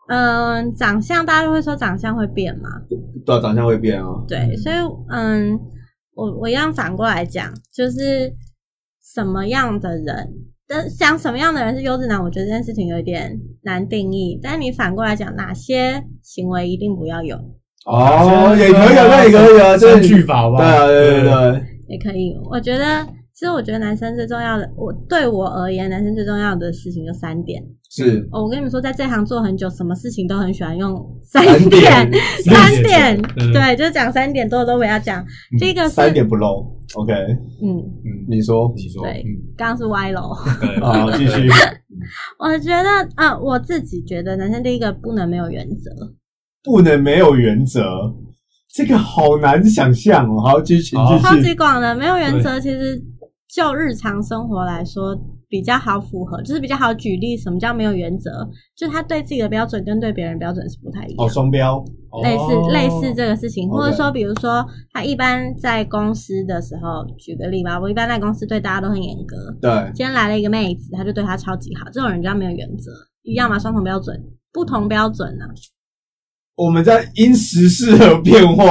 [SPEAKER 5] 嗯、长相大家都会说长相会变嘛，
[SPEAKER 4] 对啊，长相会变啊。
[SPEAKER 5] 对，所以，嗯，我我一样反过来讲，就是什么样的人，但想什么样的人是优质男，我觉得这件事情有点难定义。但你反过来讲，哪些行为一定不要有，
[SPEAKER 4] 哦，也可以啊，那也可以啊，这
[SPEAKER 3] 三句法吧。
[SPEAKER 4] 对啊，对对对，
[SPEAKER 5] 也可以。我觉得，其实我觉得男生最重要的，我对我而言，男生最重要的事情就三点。
[SPEAKER 4] 是
[SPEAKER 5] 哦、我跟你们说，在这行做很久，什么事情都很喜欢用三
[SPEAKER 4] 三
[SPEAKER 5] 点
[SPEAKER 4] 点。
[SPEAKER 5] 三点，
[SPEAKER 3] 嗯
[SPEAKER 5] 对，就讲三点多都不要讲。第一个是，
[SPEAKER 4] 嗯三点不哦漏。OK，
[SPEAKER 5] 嗯，
[SPEAKER 3] 嗯，
[SPEAKER 4] 你说
[SPEAKER 3] 你说
[SPEAKER 5] 对刚刚是歪楼。
[SPEAKER 4] 好，啊继续。
[SPEAKER 5] 我觉得，啊，我自己觉得男生第一个不能没有原则，
[SPEAKER 4] 不能没有原则，这个好难想象哦。好，继续，
[SPEAKER 3] 好
[SPEAKER 4] 继
[SPEAKER 5] 超
[SPEAKER 4] 续。
[SPEAKER 5] 级广的，没有原则其实就日常生活来说比较好符合，就是比较好举例。什么叫没有原则？就是他对自己的标准跟对别人标准是不太一样
[SPEAKER 4] 哦，。双标，
[SPEAKER 5] 类似
[SPEAKER 4] 哦
[SPEAKER 5] 类似这个事情，或者
[SPEAKER 4] OK
[SPEAKER 5] 说，比如说，他一般在公司的时候，举个例吧，我一般在公司对大家都很严格，
[SPEAKER 4] 对，
[SPEAKER 5] 今天来了一个妹子，他就对她超级好，这种人叫没有原则，一样嘛，双重标准，不同标准呢、啊。
[SPEAKER 4] 我们在因时事而变化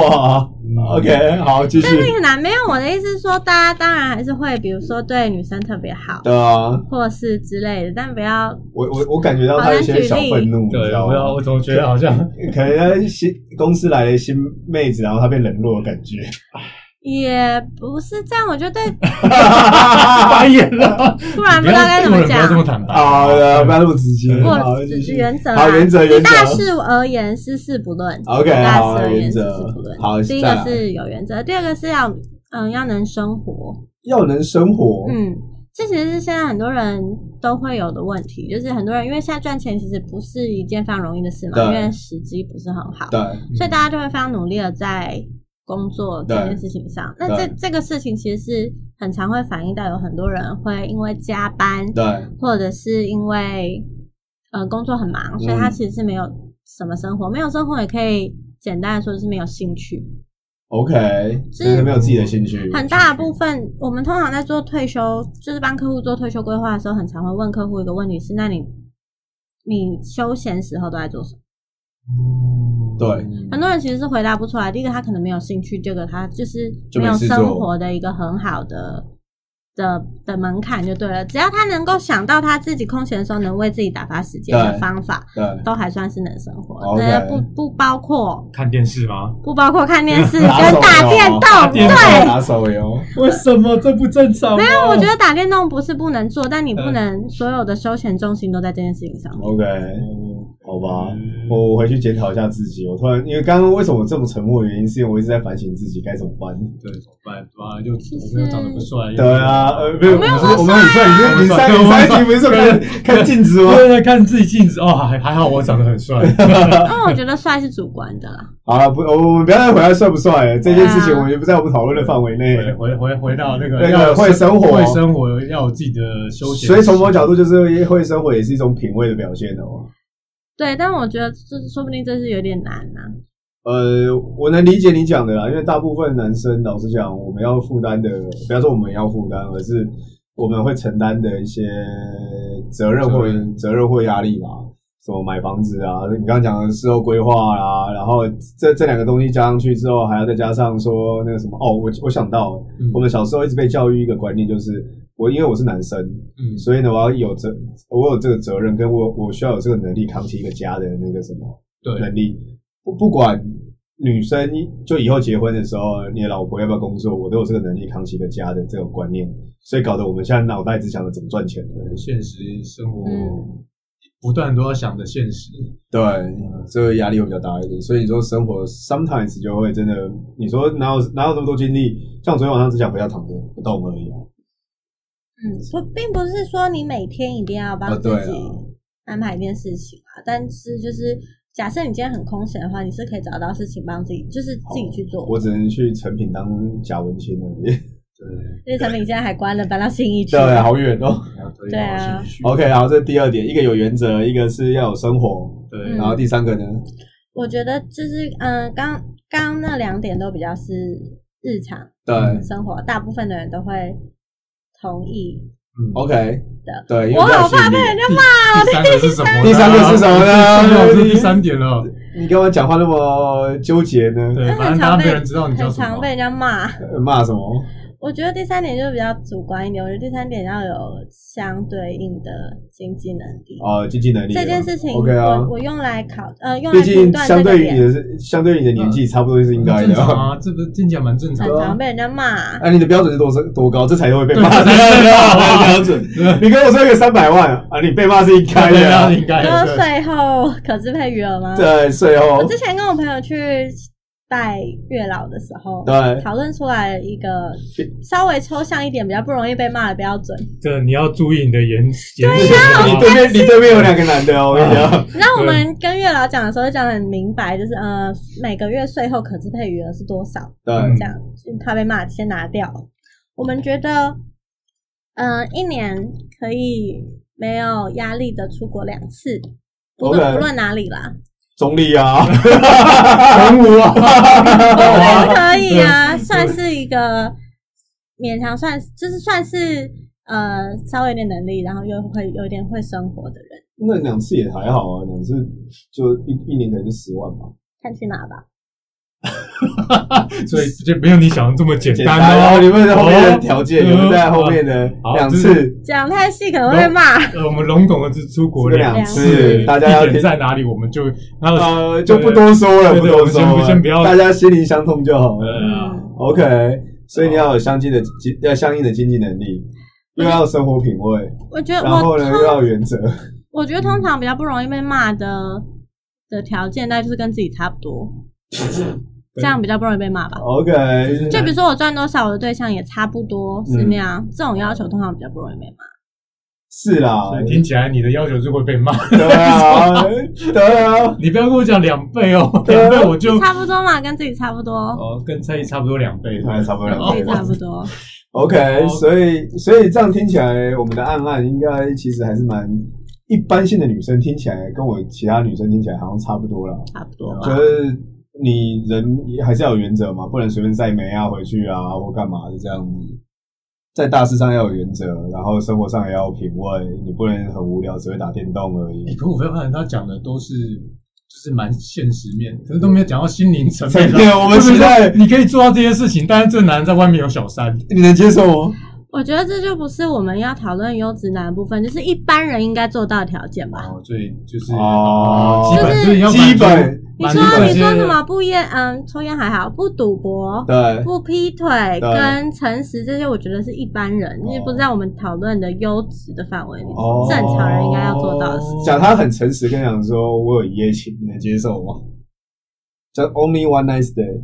[SPEAKER 4] 啊。
[SPEAKER 3] 嗯
[SPEAKER 4] OK，好，继续。
[SPEAKER 5] 这个难，没有我的意思是说，大家当然还是会，比如说对女生特别好，
[SPEAKER 4] 对啊，
[SPEAKER 5] 或是之类的，但不要
[SPEAKER 4] 我我我感觉到他有一些小愤怒，你知
[SPEAKER 3] 对，
[SPEAKER 4] 道
[SPEAKER 3] 我要
[SPEAKER 4] 吗？
[SPEAKER 3] 我总觉得好像
[SPEAKER 4] 可能他新公司来了新妹子，然后他被冷落的感 觉。
[SPEAKER 5] 也不是这样，我就对
[SPEAKER 3] 白眼 了，
[SPEAKER 5] 突然不知道该怎么
[SPEAKER 3] 不要这么
[SPEAKER 5] 讲。
[SPEAKER 3] 坦白
[SPEAKER 4] 啊，对啊不要那么直接。
[SPEAKER 3] 过
[SPEAKER 4] 好，
[SPEAKER 5] 只
[SPEAKER 4] 继
[SPEAKER 5] 是
[SPEAKER 4] 续。
[SPEAKER 5] 原则
[SPEAKER 4] 好，
[SPEAKER 5] 啦，
[SPEAKER 4] 原则，
[SPEAKER 5] 以
[SPEAKER 4] 原则。
[SPEAKER 5] 大事而言，事事不论。
[SPEAKER 4] OK，
[SPEAKER 5] 大
[SPEAKER 4] 好
[SPEAKER 5] 事，而言，
[SPEAKER 4] 原
[SPEAKER 5] 事
[SPEAKER 4] 则
[SPEAKER 5] 事不论。。
[SPEAKER 4] 好，
[SPEAKER 5] 第一
[SPEAKER 4] 再
[SPEAKER 5] 个
[SPEAKER 4] 来
[SPEAKER 5] 是有原则，第二个是要嗯要能生活，
[SPEAKER 4] 要能生活。
[SPEAKER 5] 嗯，这其实是现在很多人都会有的问题，就是很多人因为现在赚钱其实不是一件非常容易的事嘛，
[SPEAKER 4] 对
[SPEAKER 5] 因为时机不是很好，
[SPEAKER 4] 对，
[SPEAKER 5] 所以大家就会非常努力的在工作这件事情上。那这
[SPEAKER 4] 对
[SPEAKER 5] 这个事情其实是很常会反映到有很多人会因为加班，
[SPEAKER 4] 对，
[SPEAKER 5] 或者是因为呃工作很忙，所以他
[SPEAKER 4] 嗯
[SPEAKER 5] 其实是没有什么生活，没有生活也可以简单的说就是没有兴趣。
[SPEAKER 4] OK，
[SPEAKER 5] 是
[SPEAKER 4] 真的没有自己的兴趣，
[SPEAKER 5] 很大部分，我们通常在做退休，就是帮客户做退休规划的时候，很常会问客户一个问题是：那你你休闲时候都在做什么？
[SPEAKER 4] 对，
[SPEAKER 5] 很多人其实是回答不出来。第一个，他可能没有兴趣；第二个，他就是
[SPEAKER 4] 就
[SPEAKER 5] 没
[SPEAKER 4] 没
[SPEAKER 5] 有
[SPEAKER 4] 事做
[SPEAKER 5] 生活的一个很好的的的门槛就对了。只要他能够想到他自己空闲的时候能为自己打发时间的
[SPEAKER 4] 对
[SPEAKER 5] 方法，
[SPEAKER 4] 对，
[SPEAKER 5] 都还算是能生活。
[SPEAKER 4] OK
[SPEAKER 5] 那不不包括
[SPEAKER 3] 看电视吗？
[SPEAKER 5] 不包括看电视 跟
[SPEAKER 4] 打手游
[SPEAKER 5] 打电动，
[SPEAKER 4] 打
[SPEAKER 3] 电动
[SPEAKER 5] 对。
[SPEAKER 4] 打手哦游，
[SPEAKER 3] 为什么这不正常？
[SPEAKER 5] 没有，我觉得打电嗯动不是不能做，但你不能所有的休闲重心都在这件事情上面。
[SPEAKER 4] OK，好吧，
[SPEAKER 3] 嗯
[SPEAKER 4] 我我回去检讨一下自己。我突然因为刚刚为什么我这么沉默的原因，是因为我一直在反省自己该怎么办。
[SPEAKER 3] 对，怎么办？对吧？又我们又长得不帅，又
[SPEAKER 4] 对啊，呃，没有，我
[SPEAKER 3] 我没
[SPEAKER 4] 们
[SPEAKER 3] 有啊
[SPEAKER 4] 我们很帅，你是你上你上一集不是说看看镜子吗？
[SPEAKER 3] 对对，看自己镜子哦，还还好我长得 很帅，
[SPEAKER 5] 但我觉得帅是主观的啦。
[SPEAKER 4] 好了，不，我们不要再回来帅不帅了这件事情，
[SPEAKER 3] 啊
[SPEAKER 4] 我们就不在我们讨论的范围内。
[SPEAKER 3] 回回回回到那个
[SPEAKER 4] 那个
[SPEAKER 3] 要有
[SPEAKER 4] 会生活
[SPEAKER 3] 会生活要有自己的休闲，
[SPEAKER 4] 所以从某角度，就是会生活也是一种品味的表现哦。
[SPEAKER 5] 对，但我觉得这说不定这是有点难啊呐、
[SPEAKER 4] 呃，我能理解你讲的啦，因为大部分男生，老实讲，我们要负担的，不要说我们要负担，而是我们会承担的一些责任或
[SPEAKER 3] 责任
[SPEAKER 4] 责任或压力嘛，什么买房子啊，你刚刚讲的事后规划啦，然后这这两个东西加上去之后，还要再加上说那个什么，哦，我我想到了，
[SPEAKER 3] 嗯
[SPEAKER 4] 我们小时候一直被教育一个观念，就是我因为我是男生，
[SPEAKER 3] 嗯
[SPEAKER 4] 所以呢，我要有责，我有这个责任，跟我我需要有这个能力扛起一个家的那个什么。
[SPEAKER 3] 对
[SPEAKER 4] 能力。不不管女生就以后结婚的时候，你的老婆要不要工作，我都有这个能力扛起一个家的这种观念，所以搞得我们现在脑袋只想着怎么赚钱
[SPEAKER 3] 现实生活
[SPEAKER 5] 嗯
[SPEAKER 3] 不断都要想着现实，
[SPEAKER 4] 对，这个压力会比较大一点。所以你说生活 sometimes 就会真的，你说哪有哪有那么多精力？像我昨天晚上只想回家躺着不动而已啊。
[SPEAKER 5] 嗯，不，并不是说你每天一定要
[SPEAKER 4] 啊
[SPEAKER 5] 帮自
[SPEAKER 4] 对啊
[SPEAKER 5] 己安排一件事情啊，但是就是假设你今天很空闲的话，你是可以找到事情帮自己，就是自己去做。
[SPEAKER 4] 我只能去成品当假文青而 已。
[SPEAKER 5] 因为产品现在还关了，搬到新一区。
[SPEAKER 4] 对，好远哦。
[SPEAKER 3] 然后可以
[SPEAKER 5] 对啊
[SPEAKER 3] 好兴趣
[SPEAKER 4] OK，好，这是第二点，一个有原则，一个是要有生活，
[SPEAKER 3] 对
[SPEAKER 5] 嗯
[SPEAKER 4] 然后第三个呢？
[SPEAKER 5] 我觉得就是嗯，刚刚那两点都比较是日常
[SPEAKER 4] 对
[SPEAKER 5] 生活，大部分的人都会同意。
[SPEAKER 4] ，OK
[SPEAKER 5] 的
[SPEAKER 4] 对，因为
[SPEAKER 5] 我
[SPEAKER 4] 比较
[SPEAKER 5] 好
[SPEAKER 4] 有吸
[SPEAKER 5] 怕
[SPEAKER 4] 引
[SPEAKER 5] 被
[SPEAKER 4] 力
[SPEAKER 5] 人家
[SPEAKER 3] 第三个是什么呢？
[SPEAKER 4] 第三个是什么呢
[SPEAKER 3] 我自己想到是第三点了，
[SPEAKER 4] 你干嘛讲话那么纠结呢？
[SPEAKER 3] 对，
[SPEAKER 5] 但
[SPEAKER 3] 反正
[SPEAKER 5] 很
[SPEAKER 3] 当
[SPEAKER 5] 常
[SPEAKER 3] 没
[SPEAKER 5] 被
[SPEAKER 3] 有人知道你叫
[SPEAKER 5] 很
[SPEAKER 3] 什
[SPEAKER 5] 常
[SPEAKER 3] 么
[SPEAKER 5] 被，人家骂。
[SPEAKER 4] 呃骂什么？
[SPEAKER 5] 我觉得第三点就是比较主观一点，我觉得第三点要有相对应的经济能力。
[SPEAKER 4] 哦，经济能力啊
[SPEAKER 5] 这件事情我，
[SPEAKER 4] ，OK 啊
[SPEAKER 5] 我。用来考呃用来
[SPEAKER 4] 毕
[SPEAKER 5] 评
[SPEAKER 4] 竟
[SPEAKER 5] 断这
[SPEAKER 4] 相
[SPEAKER 5] 个
[SPEAKER 4] 对于你
[SPEAKER 5] 点，
[SPEAKER 4] 的相对于你的年纪，差不多是应该
[SPEAKER 3] 很
[SPEAKER 4] 的
[SPEAKER 3] 嗯正。常啊，这不是听起来蛮正常
[SPEAKER 5] 很
[SPEAKER 3] 的。
[SPEAKER 5] 常被人家骂。
[SPEAKER 4] 哎，你的标准是多多高，这才会被骂。
[SPEAKER 3] 对这才会被骂
[SPEAKER 4] 标准， 你跟我说一个三百万啊，你被骂是应该的啊。
[SPEAKER 3] 应该
[SPEAKER 5] 然后
[SPEAKER 3] 的。
[SPEAKER 5] 税后可支配余额吗？
[SPEAKER 3] 啊
[SPEAKER 4] 对，税后
[SPEAKER 5] 我之前跟我朋友去拜月老的时候，
[SPEAKER 4] 对
[SPEAKER 5] 讨论出来一个稍微抽象一点、比较不容易被骂的标准。
[SPEAKER 3] 这你要注意你的言言行
[SPEAKER 5] 啊
[SPEAKER 4] 你对啊面你对面有两个男的哦，我
[SPEAKER 3] 嗯
[SPEAKER 4] 跟你讲，
[SPEAKER 5] 然后我们跟月老讲的时候，就讲得很明白，就是呃，每个月税后可支配余额是多少，
[SPEAKER 4] 对
[SPEAKER 5] 这样怕被骂，先拿掉。我们觉得，呃，一年可以没有压力的出国两次，不论
[SPEAKER 4] OK
[SPEAKER 5] 不论哪里啦，
[SPEAKER 4] 中立啊， 中午
[SPEAKER 3] 啊
[SPEAKER 5] 我
[SPEAKER 4] 啊，
[SPEAKER 5] 觉得可以啊，算是一个勉强算，就是算是呃稍微有点能力，然后又会有点会生活的人，
[SPEAKER 4] 那两次也还好啊，两次就一一年可能就十万吧。
[SPEAKER 5] 看去哪吧。
[SPEAKER 3] 所以就没有你想的这么简
[SPEAKER 4] 简
[SPEAKER 3] 单
[SPEAKER 4] 单哦，
[SPEAKER 3] 哦。
[SPEAKER 4] 你们在后面的条件，
[SPEAKER 3] 哦
[SPEAKER 4] 你们在后面的
[SPEAKER 3] 好
[SPEAKER 4] 两
[SPEAKER 3] 就
[SPEAKER 4] 次，
[SPEAKER 5] 讲太细可能会被骂。
[SPEAKER 3] 呃，我们笼统的是出国
[SPEAKER 4] 这
[SPEAKER 3] 两
[SPEAKER 4] 两
[SPEAKER 5] 两
[SPEAKER 4] 次
[SPEAKER 5] 次
[SPEAKER 4] 大家要
[SPEAKER 3] 地点
[SPEAKER 4] 听，
[SPEAKER 3] 在哪里，我们就然后
[SPEAKER 4] 呃，就不多说了，
[SPEAKER 3] 对对
[SPEAKER 4] 不多说
[SPEAKER 3] 我们
[SPEAKER 4] 了，
[SPEAKER 3] 先先不要
[SPEAKER 4] 大家心灵相通就好了。
[SPEAKER 5] 嗯
[SPEAKER 3] 呃，
[SPEAKER 4] OK，所以你要有相近的经，要相应的经济能力，又要有生活品味，
[SPEAKER 5] 我觉得
[SPEAKER 4] 然后
[SPEAKER 5] 我
[SPEAKER 4] 呢又要有
[SPEAKER 5] 通，
[SPEAKER 4] 原则。
[SPEAKER 5] 我觉得通常比较不容易被骂的的条件，那就是跟自己差不 多，这样比较不容易被骂吧。
[SPEAKER 3] 哦
[SPEAKER 4] OK，
[SPEAKER 5] 就比如说我赚多少，我的对象也差不多是
[SPEAKER 3] 嗯
[SPEAKER 5] 那样，这种要求通常比较不容易被骂。
[SPEAKER 4] 是啦
[SPEAKER 3] 所，以听起来你的要求是会被骂。
[SPEAKER 4] 对啊，对 啊，
[SPEAKER 3] 你不要跟我讲两倍哦，
[SPEAKER 4] 对
[SPEAKER 3] 两
[SPEAKER 4] 啊
[SPEAKER 3] 倍我就
[SPEAKER 5] 差不多嘛，跟自己差不多，
[SPEAKER 3] 哦跟蔡依差不多两倍，
[SPEAKER 4] 哎差不多两
[SPEAKER 5] 跟
[SPEAKER 4] 倍
[SPEAKER 5] 自己差不多。
[SPEAKER 4] OK，所以所以这样听起来，我们的暗暗应该其实还是蛮一般性的。女生听起来跟我其他女生听起来好像差不多了，
[SPEAKER 5] 差不多
[SPEAKER 3] 哦
[SPEAKER 5] 吧。
[SPEAKER 4] 就是你人也还是要有原则嘛，不能随便晒美啊、回去啊或干嘛的这样子。在大事上要有原则，然后生活上也要有品味，你不能很无聊只会打电动而
[SPEAKER 3] 哎
[SPEAKER 4] 已。
[SPEAKER 3] 可我发现他讲的都是。就是蛮现实面，可是都没有讲到心灵层面
[SPEAKER 4] 层面
[SPEAKER 3] 的。
[SPEAKER 4] 我们
[SPEAKER 3] 就是
[SPEAKER 4] 期
[SPEAKER 3] 说
[SPEAKER 4] 待
[SPEAKER 3] 你可以做到这些事情，但是最难在外面有小三。
[SPEAKER 4] 你能接受吗？
[SPEAKER 5] 我觉得这就不是我们要讨论优质男的部分，就是一般人应该做到的条件吧。
[SPEAKER 3] 哦哦，所以就是
[SPEAKER 4] 哦
[SPEAKER 3] 基本就是要满足
[SPEAKER 4] 基本
[SPEAKER 5] 你
[SPEAKER 3] 蛮
[SPEAKER 5] 说啊
[SPEAKER 3] 多
[SPEAKER 5] 你说
[SPEAKER 3] 些
[SPEAKER 5] 什么不烟？嗯，抽烟还好，不赌博，
[SPEAKER 4] 对，
[SPEAKER 5] 不劈腿，
[SPEAKER 4] 对
[SPEAKER 5] 跟诚实这些，我觉得是一般
[SPEAKER 3] 哦
[SPEAKER 5] 人，因为不是在我们讨论的优质的范围里，
[SPEAKER 4] 哦
[SPEAKER 5] 正常人应该要做到的事。
[SPEAKER 4] 讲他很诚实跟你讲说，我有一夜情，你能接受吗？叫 Only One Night Stay，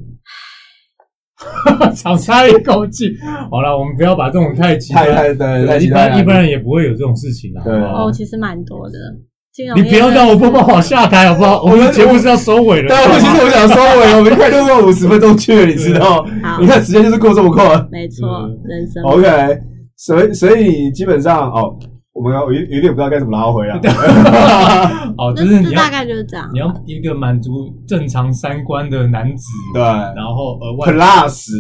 [SPEAKER 3] 少差一口气。好了，我们不要把这种太极端
[SPEAKER 4] 太太对，太
[SPEAKER 3] 一
[SPEAKER 4] 期待
[SPEAKER 3] 般
[SPEAKER 4] 了
[SPEAKER 3] 一般人也不会有这种事情啊。
[SPEAKER 4] 对
[SPEAKER 3] 好不好
[SPEAKER 5] 哦，其实蛮多的。金融
[SPEAKER 3] 你
[SPEAKER 5] 业
[SPEAKER 3] 不要
[SPEAKER 5] 真的
[SPEAKER 3] 让我
[SPEAKER 5] 是
[SPEAKER 3] 爸爸好下台好不好？我们节目是要收尾了。
[SPEAKER 4] 对，我其实我想收尾，我们快录过五十分钟去了，你知道？
[SPEAKER 5] 好
[SPEAKER 4] 你，看时间就是过这么快。
[SPEAKER 5] 没错，
[SPEAKER 3] 嗯
[SPEAKER 5] 人生
[SPEAKER 4] OK，所以所以基本上哦，我们要有有点不知道该怎么拉回啊来。
[SPEAKER 3] 哦，就
[SPEAKER 5] 那
[SPEAKER 3] 是你
[SPEAKER 5] 这
[SPEAKER 3] 要
[SPEAKER 5] 大概就是这样
[SPEAKER 3] 你。要一个满足正常三观的男子，
[SPEAKER 4] 对
[SPEAKER 3] 然后额外
[SPEAKER 4] ，Plus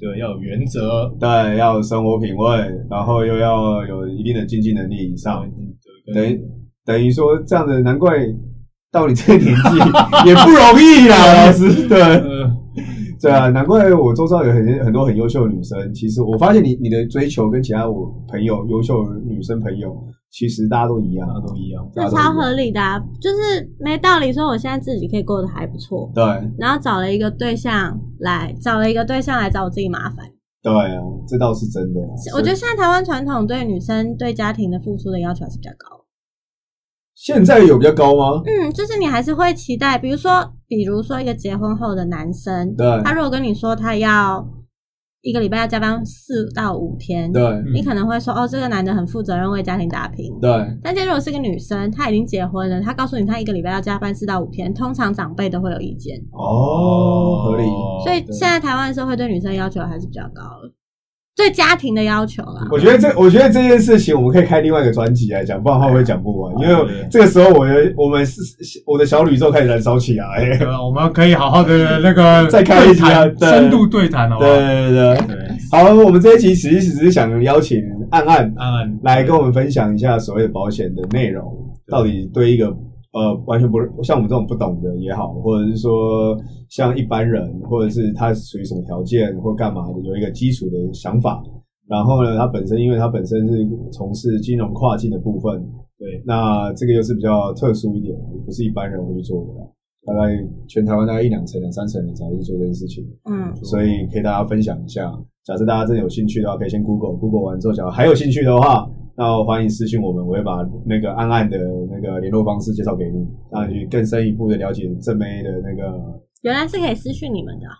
[SPEAKER 3] 对要有原则，
[SPEAKER 4] 对要有生活品味，然后又要有一定的经济能力以上。等于等于说这样子，难怪到你这个年纪 也不容易啊啦，老师。对
[SPEAKER 3] 呃，
[SPEAKER 4] 对啊，难怪我周遭有很很多很优秀的女生。其实我发现你你的追求跟其他我朋友优秀的女生朋友，其实大家都一样，大家都一样，
[SPEAKER 5] 这超合理的、啊，就是没道理说我现在自己可以过得还不错，
[SPEAKER 4] 对
[SPEAKER 5] 然后找了一个对象来，找了一个对象来找我自己麻烦。
[SPEAKER 4] 对啊，这倒是真的啊。
[SPEAKER 5] 我觉
[SPEAKER 4] 得
[SPEAKER 5] 得现在台湾传统对女生对家庭的付出的要求还是比较高。
[SPEAKER 4] 现在有比较高吗？
[SPEAKER 5] 嗯，就是你还是会期待，比如说，比如说一个结婚后的男生，
[SPEAKER 4] 对
[SPEAKER 5] 他如果跟你说他要一个礼拜要加班四到五天，
[SPEAKER 4] 对
[SPEAKER 5] 你可能会说哦，这个男的很负责任，为家庭打拼。
[SPEAKER 4] 对
[SPEAKER 5] 但是如果是个女生，她已经结婚了，她告诉你她一个礼拜要加班四到五天，通常长辈都会有意见。
[SPEAKER 4] 哦，合理。
[SPEAKER 5] 所以
[SPEAKER 4] 对
[SPEAKER 5] 现在台湾社会对女生要求还是比较高了，对家庭的要求啦。
[SPEAKER 4] 我觉得这，我觉得这件事情我们可以开另外一个专辑来讲，不然的话会讲不完。因为
[SPEAKER 3] 对
[SPEAKER 4] 这个时候我的我们是我的小宇宙开始燃烧起来。
[SPEAKER 3] 对吧？我们可以好好的那 个
[SPEAKER 4] 再开一集啊
[SPEAKER 3] 对谈
[SPEAKER 4] 对
[SPEAKER 3] 深度对谈，好
[SPEAKER 4] 对
[SPEAKER 3] 不好？
[SPEAKER 4] 对对对，
[SPEAKER 3] 对，
[SPEAKER 4] 好，我们这一集其实只是想邀请暗暗
[SPEAKER 3] 嗯，
[SPEAKER 4] 来跟我们分享一下所谓的保险的内容，到底对一个呃完全不像我们这种不懂的也好，或者是说像一般人，或者是他属于什么条件或干嘛的，有一个基础的想法。然后呢，他本身因为他本身是从事金融跨境的部分，
[SPEAKER 3] 对，
[SPEAKER 4] 那这个又是比较特殊一点，不是一般人会去做的啦。大概全台湾大概一两成、两三成人才会去做这件事情。
[SPEAKER 5] 嗯，
[SPEAKER 4] 所以可以大家分享一下。假设大家真的有兴趣的话，可以先 Google Google 完之后，假如还有兴趣的话，那欢迎私信我们，我会把那个暗暗的那个联络方式介绍给你，让你去更深一步的了解正妹的那个。
[SPEAKER 5] 原来是可以私讯你们的啊、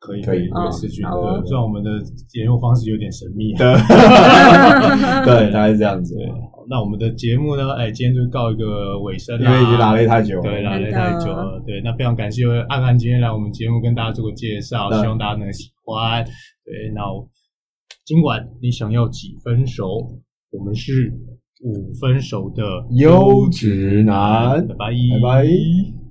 [SPEAKER 3] 可以
[SPEAKER 4] 可以
[SPEAKER 5] 哦
[SPEAKER 3] 失去
[SPEAKER 5] 好哦
[SPEAKER 3] 的，虽然我们的节目方式有点神秘啊。
[SPEAKER 4] 对，大概是这样子，
[SPEAKER 3] 好那我们的节目呢，哎，今天就告一个尾声
[SPEAKER 4] 因
[SPEAKER 3] 啦，
[SPEAKER 4] 为已经拉了太久了。
[SPEAKER 3] 对，拉了太久了。对，那非常感谢安安今天来我们节目跟大家做个介绍，
[SPEAKER 4] 对
[SPEAKER 3] 希望大家能喜欢。对，那我今晚你想要几分熟？我们是五分熟的
[SPEAKER 4] 优质男
[SPEAKER 3] 拜拜，
[SPEAKER 4] 拜拜。